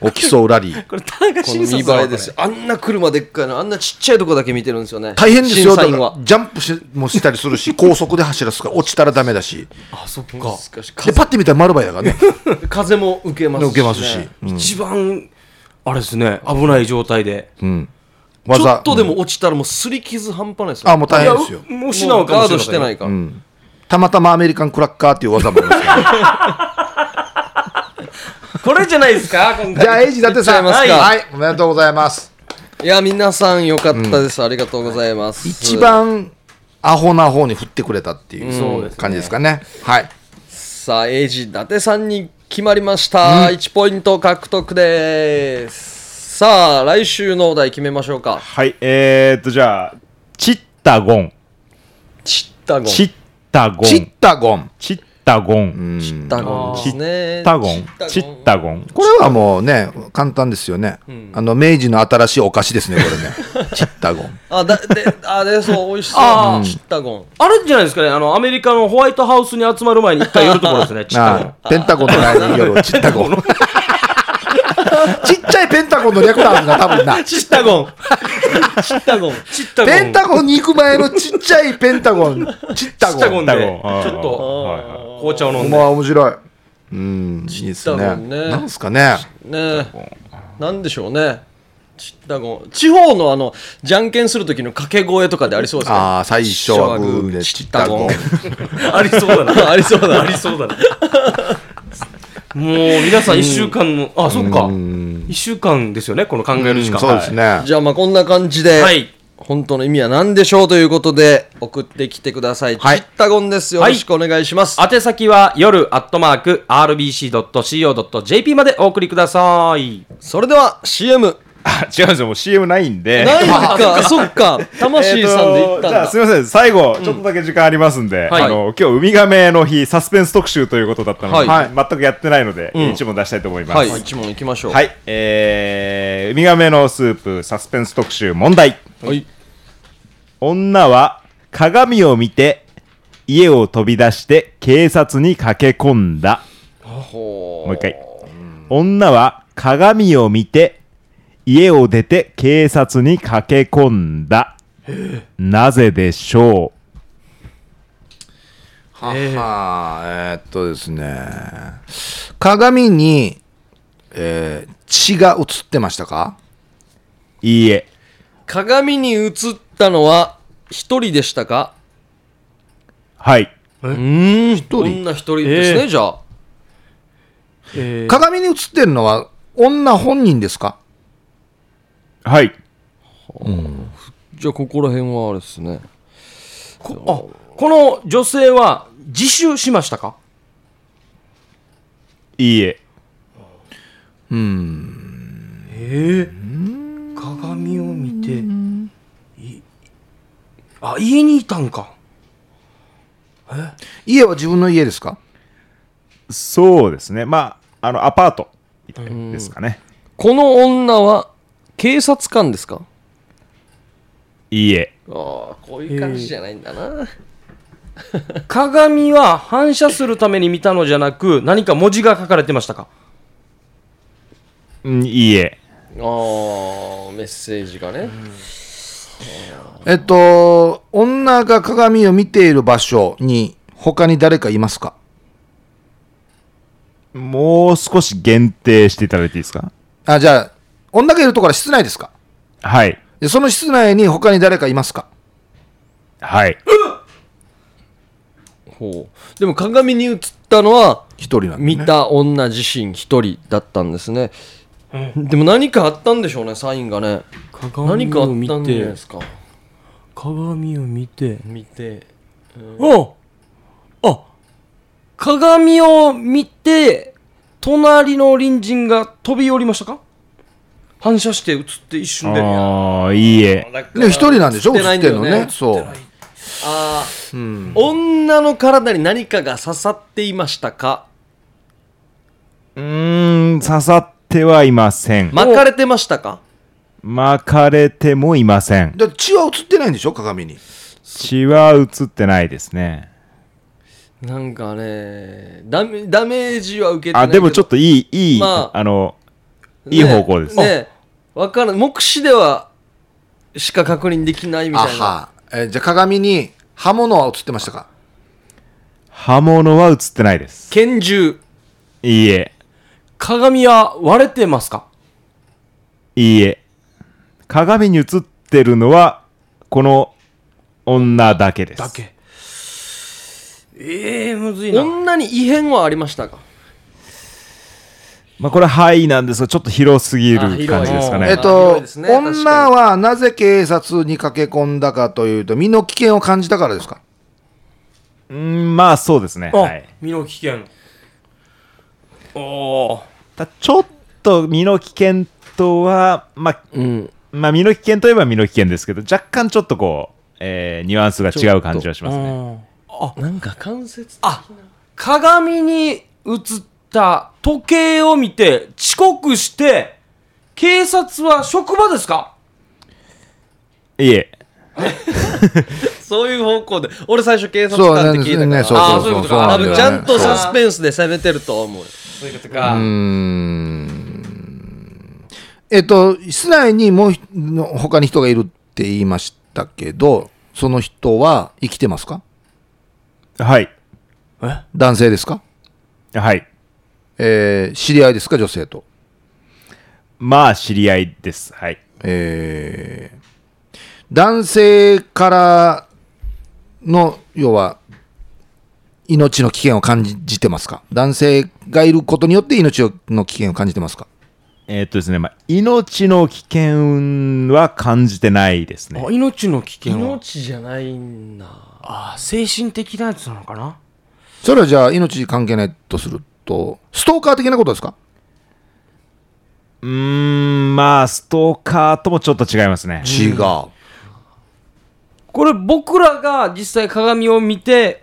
S3: お競うラリー
S2: これ田中
S1: この
S2: 伸
S1: 見
S2: さんだわ
S1: 栄えですよあんな車でっかいのあんなちっちゃいとこだけ見てるんですよね
S3: 大変ですよ
S1: 審査員
S3: だ
S1: は
S3: からジャンプしもしたりす るし高速で走らすから落ちたらダメだし
S2: あそっか
S1: 難しい
S3: でパッて見たら丸バイだからね
S1: 風も受けますし、ね、
S3: 受けますし、うん
S2: 一番あれですね危ない状態で
S1: ちょ
S3: 技
S1: っとでも落ちたらもうすり傷半端ないですよ
S3: あもう大変ですよ
S2: いやもう失うかも
S1: ガー
S2: しれ
S1: ド
S2: ない
S1: してないから、
S3: たまたまアメリカンクラッカーっていう技もありま すから
S2: これじゃないですか今回
S3: じゃあエイジ伊達さん
S1: いっちゃいますか
S3: はい、おめでとうございます
S1: いや皆さん良かったです、ありがとうございます
S3: 一番アホな方に振ってくれたってい
S2: そうで
S3: う
S2: すね
S3: 感じですかねはい
S1: さあエイジ伊達さんに決まりました、1ポイント獲得ですさあ来週のお題決めましょうか
S4: はい、えーっと、じゃあ、チッタゴン。
S1: チッタゴン
S4: チ
S1: チ
S4: ッタゴン。
S3: チッタゴン。
S4: チッタゴン。
S1: ッタゴンですね
S4: チッタゴン。チ
S1: チ
S4: ッタゴン。
S3: これはもうね、簡単ですよね。あの、明治の新しいお菓子ですね、これね。チッタゴン。
S1: あだであでそう美味しそう
S2: あー
S1: チッタゴン
S2: あれじゃないですかねあのアメリカのホワイトハウスに集まる前に一回寄るところですねちっちゃい
S3: ああペンタゴンのない夜、チッタゴン。ちっちゃいペンタゴンの略なんだ、多分な。
S1: チッタゴン。チッタゴン。
S2: ちったゴン
S3: ペンタゴンに行く前のちっちゃいペンタゴン、チッタ
S2: ちった
S3: ゴ
S2: ゴ
S3: ン。
S2: ン
S4: タ
S2: で
S4: ゴンあー
S2: ちょっと
S4: はいはい
S2: 紅茶を飲ん
S3: ま
S2: で
S3: あ、面白い。うん、いいです
S1: チッタゴ
S3: ね。
S1: ンね
S3: なんすかね。
S1: ねえ。なんでしょうね。チッタゴン。地方のあの、じゃんけんする時の掛け声とかでありそうですね。
S3: ああ、最初はグーで
S1: チ
S3: チ
S1: ッ
S3: ッ
S1: タ
S3: タ
S1: ゴ
S3: ゴ
S1: ン
S3: ン。
S2: ありそうだ な
S1: ありそうだ
S2: ありそうだなもう皆さん1週間のあそっか1週間ですよねこの考える時間
S3: そうですね。
S1: じゃあまあこんな感じで、
S2: はい
S1: 本当の意味は何でしょうということで、送ってきてください。
S3: はい
S1: チッタゴンです。よろしくお願いします。
S2: 宛先は夜アットマーク RBC.CO.JP までお送りください
S1: それでは CM。
S4: あ違うんですよ、もう CM ないんで。
S1: ないんか、そっか。魂さんで行ったん
S4: えーとじゃあ
S1: だ
S4: す。みません、最後、ちょっとだけ時間ありますんで、
S2: はい
S4: あの今日ウミガメの日、サスペンス特集ということだったので、
S1: は
S4: 全くやってないので、
S1: ん
S4: 一問出したいと思います。
S1: はい、一問行きましょう。。
S4: はいい、えー、ウミガメのスープサスペンス特集問題。
S1: はい。
S4: 女は鏡を見て家を飛び出して警察に駆け込んだ。
S1: ほ
S4: もう一回。女は鏡を見て家を出て警察に駆け込んだ。なぜでしょ
S3: ははえーっとですね鏡に、えー血が映ってましたか
S4: ういいえ。
S1: 鏡に映ったのは、一人でしたか
S4: はい。
S1: うーん、一人。
S3: 人
S1: 女一人ですね、
S2: えー
S1: じゃあ。
S2: えー
S3: 鏡に映ってるのは女本人ですか
S4: はい。
S1: じゃあ、ここら辺はあれですね。
S2: こあこの女性は自首しましたか
S4: いいえ。
S2: ええ鏡を見ていあ家にいたんか
S3: 家は自分の家ですか
S4: そうですね。まあ、あの、アパートですかね。
S1: この女は、警察官ですか
S4: いいえ。
S1: ああ、こういう感じじゃないんだな。
S2: 鏡は反射するために見たのじゃなく何か文字が書かれてましたか
S4: うんいいえ。
S1: ああ、メッセージがね。
S3: えっと女が鏡を見ている場所に他に誰かいますか
S4: もう少し限定していただいていいですか
S3: あじゃあ女がいるところは室内ですか
S4: はい。
S3: でその室内に他に誰かいますか
S4: はい。
S1: ほう。でも、鏡に映ったのは、
S3: 一人なんで、ね、
S1: 見た女自身一人だったんですね、でも何かあったんでしょうねサインがね何
S2: 鏡
S1: かあっ
S2: を
S1: たん
S2: 見
S1: じゃない
S2: て
S1: ですか
S2: 鏡を見て
S1: 見て
S2: おあ鏡を見て隣の隣人が飛び降りましたか反射して映って一瞬で
S4: ああ、いいえ。
S3: ね一人なんでしょ
S1: 映ってな
S3: 映
S1: い
S3: っ
S1: んだ
S3: て
S1: よ
S3: るの
S1: ね
S3: ねそう
S1: ああ、女の体に何かが刺さっていましたか
S4: うーん、刺さってはいません。
S1: 巻かれてましたか
S4: 巻かれてもいません。
S3: だから血は映ってないんでしょ鏡に
S4: 血は映ってないですね。
S1: なんかねダメダメージは受けてない
S4: あ、
S1: けど
S4: でもちょっといい、いい、
S1: まあ
S4: あの、
S1: ね
S4: いい方向です
S1: ねわからん目視ではしか確認できないみ
S3: あ
S1: たいな
S3: は、えーじゃあ鏡に刃物は映ってましたか
S4: 刃物は映ってないです。
S1: 拳銃
S4: いいえ、
S2: 鏡は割れてますか
S4: いいえ。鏡に映ってるのは、この女だけです。
S2: だけええむずいな
S1: 女に異変はありましたか
S4: まあ、これは範囲なんですが、ちょっと広すぎる
S1: あ広い
S4: 感じですか
S1: はい
S3: え
S4: ね
S3: っ。
S1: 広い
S3: と
S1: で、すね確かに
S3: 女はなぜ警察に駆け込んだかというと、身の危険を感じたからですか。
S4: うーん、まあそうですね。
S2: あ、
S4: はい。
S2: 身の危険おお
S4: ただちょっと身の危険とは、まあ、
S1: うん
S4: まあ、身の危険といえば身の危険ですけど、若干ちょっとこう、えーニュアンスが違う感じはしますね。
S1: なんか関節
S2: あ鏡に映った時計を見て遅刻して警察は職場ですか
S4: いえ、
S1: そういう方向で俺最初警察
S3: そう
S1: 官
S3: な
S1: っ
S3: ん
S1: て聞い
S3: です
S1: たから
S3: ね。そう
S2: あ
S3: そ
S2: ー
S3: う
S2: そういう
S3: そ
S2: こ
S3: う
S2: と
S3: そう
S2: か
S3: な
S1: 多
S3: んだよ
S1: 分
S3: ね。
S1: ちゃんと
S3: そ
S1: サ
S3: う
S1: スペンスで攻めてると思う
S2: そういうことか、
S3: うーんえっと、室内にもうひの他に人がいるって言いましたけど、その人は生きてますか
S4: はい、
S3: 男性ですか、
S4: はい。
S3: えー知り合いですか女性と。
S4: まあ、知り合いです。はい。
S3: えー男性からの要は命の危険を感じてますか男性がいることによって命の危険を感じてますか
S4: えーっとですね、まあ、命の危険は感じてないですね
S2: あ。命の危険は
S1: 命じゃないんだ
S2: あ精神的なやつなのかな
S3: それはじゃあ命関係ないとするとストーカー的なことですか
S4: うーん、まあ、ストーカーともちょっと違いますね。
S3: 違う。
S2: これ僕らが実際鏡を見て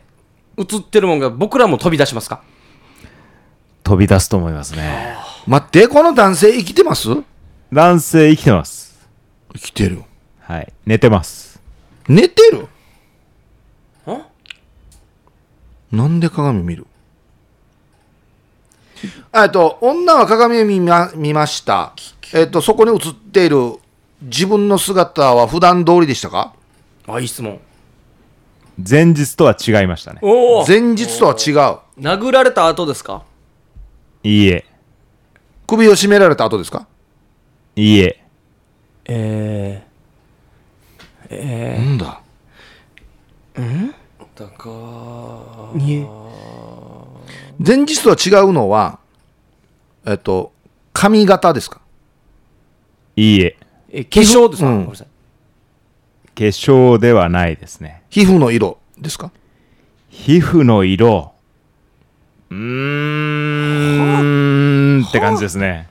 S2: 映ってるもんが僕らも飛び出しますか
S4: 飛び出すと思いますね。
S3: 待って、この男性生きてます
S4: 男性生きてます。
S3: 生きてる。
S4: はい。寝てます。
S3: 寝てる
S2: ん
S3: なんで鏡見るえっと、女は鏡を見ま見ました。えっと、そこに映っている自分の姿は普段通りでしたか
S2: あいい質問
S4: 前日とは違いましたね。
S2: おお
S3: 前日とは違う。
S1: 殴られた後ですか
S4: いいえ、
S3: 首を絞められた後ですか
S4: いいえ。
S2: え
S3: なんだ
S1: だか
S2: ー、にえ
S3: 前日とは違うのは、えっと、髪型ですか
S4: いいえ。
S2: え化粧ですか、
S3: うん
S2: ごめんなさい
S4: 化粧ではないですね。
S3: 皮膚の色ですか
S4: 皮膚の色。うーん、って感じですね。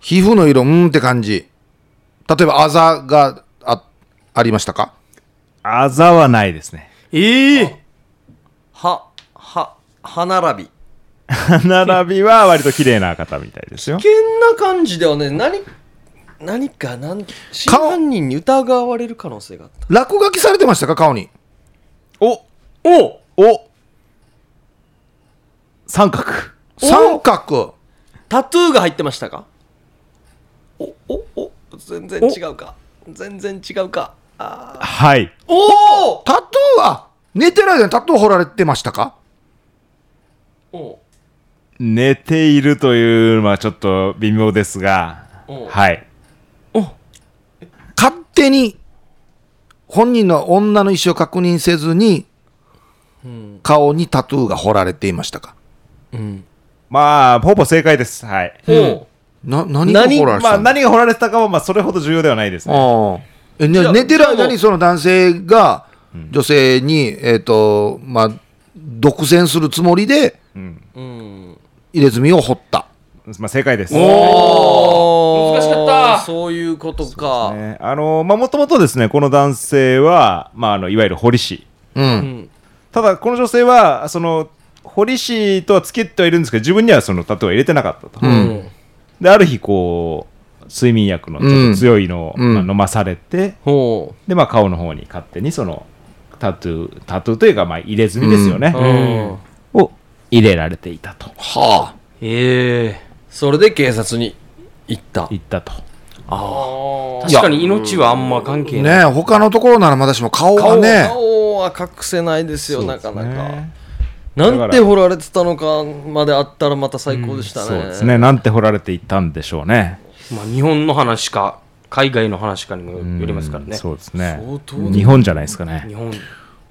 S3: 皮膚の色、うーんって感じ。例えば、あざがあありましたか
S4: あざはないですね。
S2: ええ
S1: はは歯並び
S4: 歯並びは割と綺麗な方みたいですよ
S1: 危。険な感じではね何何かなん真犯人に疑われる可能性があった
S3: 落書きされてましたか顔に。
S4: お
S2: お
S4: お三角。
S3: 三角。
S1: タトゥーが入ってましたかおおお全然違うか全然違うか
S4: はい。
S1: おお
S3: タトゥーは寝てる間にタトゥー彫られてましたか
S1: お
S4: 寝ているというのはちょっと微妙ですが
S1: お、
S4: はい。
S3: 勝手に本人の女の意思を確認せずに顔にタトゥーが彫られていましたか
S4: まあ、ほぼ正解です。はい。
S1: お
S3: な何が彫られて
S4: ま
S3: た
S4: あ、
S3: んだ
S4: 何が掘られてたかは、まあ、それほど重要ではないですね。
S3: ああえね
S1: じゃあ
S3: 寝て
S1: じ
S3: る
S1: ゃ
S3: 間
S1: あも
S3: に
S1: う
S3: その男性が女性に、えっとまあ、独占するつもりで
S1: うん
S3: 入れ墨を彫った。
S4: まあ、正解です。
S1: お
S2: 難しかった
S1: そういうことか
S4: ねあのまあ、もともとですね、この男性は、まあ、あの、いわゆる堀師。
S3: うん
S4: ただ、この女性は、その、堀師とは付き合ってはいるんですけど、自分にはそのタトゥーは入れてなかった
S1: う
S4: と。
S1: ん
S4: で、ある日、こう、睡眠薬のちょっと強いのを、
S3: うん
S4: まあ飲まされて、
S1: ほ
S4: で、まあ、顔の方に勝手にその、タトゥー、タトゥーというか、まあ、入れ墨ですよね。
S1: ううん
S4: を入れられていたと。
S3: はあ
S2: ええ
S1: それで警察に行った
S4: 言ったと。
S2: 確かに命はあんま関係な
S3: ねえ
S2: い
S3: 他のところならまだしも顔は
S1: 顔
S3: ね
S1: 顔は隠せないですよ
S4: そう
S1: な
S4: です
S1: か
S4: ね
S1: なかなんて掘られてたのかまであったらまた最高でしたね、
S4: そうですね。なんて掘られていったんでしょうね。
S2: まあ、日本の話か海外の話かにもよりますから
S4: うん
S2: ね
S4: そうですね
S1: 相当。
S4: 日本じゃないですかね。
S2: 日本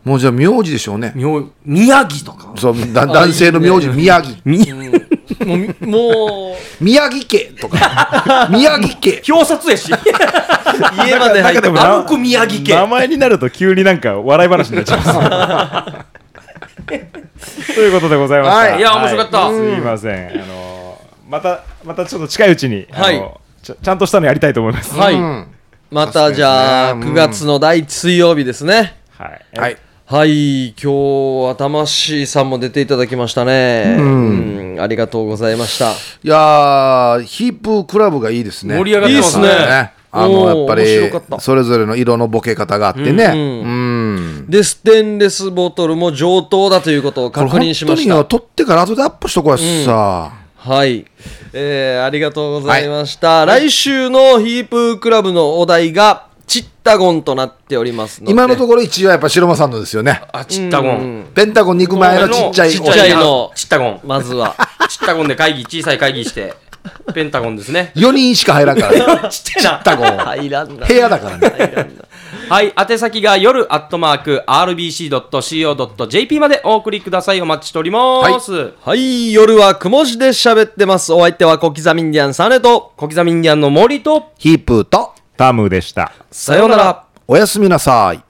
S3: もうじゃあ名字でしょうね
S2: 妙宮城とか
S3: そうだ男性の名字宮城
S1: もうみもう
S3: 宮城家とか宮城家
S2: 表札やし
S1: 家まで入って
S4: もな
S2: 歩く宮城
S4: 名
S2: 県
S4: 前になると急になんか笑い話になっちゃいます。ということでございました。
S3: はい
S2: いや面白かった
S4: すみません。あのまたまたちょっと近いうちに、あの
S1: はい
S4: ちゃちゃんとしたのやりたいと思います。
S1: はい、
S3: うん
S1: またじゃあ
S3: 確かにね
S1: 9月の第1水曜日ですね、
S4: はい。
S3: はい
S1: はい今日は魂さんも出ていただきましたねうん、ありがとうございました
S3: いやーヒップクラブがいいですね
S2: 盛り上がって
S1: ますね
S3: いいっあ
S1: お
S3: の
S1: ー
S3: やっぱ
S1: 面白かった
S3: りそれぞれの色のボケ方があってねうん
S1: でステンレスボトルも上等だということを
S3: これ
S1: 確認しまし
S3: 本当によ
S1: た
S3: 撮ってから後でアップしとこうやさ
S1: はい、えーありがとうございました、来週のヒープークラブのお題がチッタゴンとなっておりますので
S3: 今のところ一応やっぱ白間さんのですよね
S2: あちったご
S1: うん
S2: ん
S3: ペンタゴン肉前のちっちゃい
S1: ちっちゃいの
S2: ちったごん
S1: まず は
S2: ちったごんで会議小さい会議してペンタゴンですね
S3: 4人しか入らんから ね
S2: ちっちゃい
S3: タゴン
S1: 入らんな
S3: 部屋だからね
S2: なはい宛先が夜アットマーク RBC.CO.JP までお送りくださいお待ちしております、
S1: はい夜はくも字で喋ってますお相手は小刻みインディアンサネと
S2: 小刻みインディアンの森と
S3: ヒープーと
S4: タムでした。
S1: さようなら
S3: おやすみなさい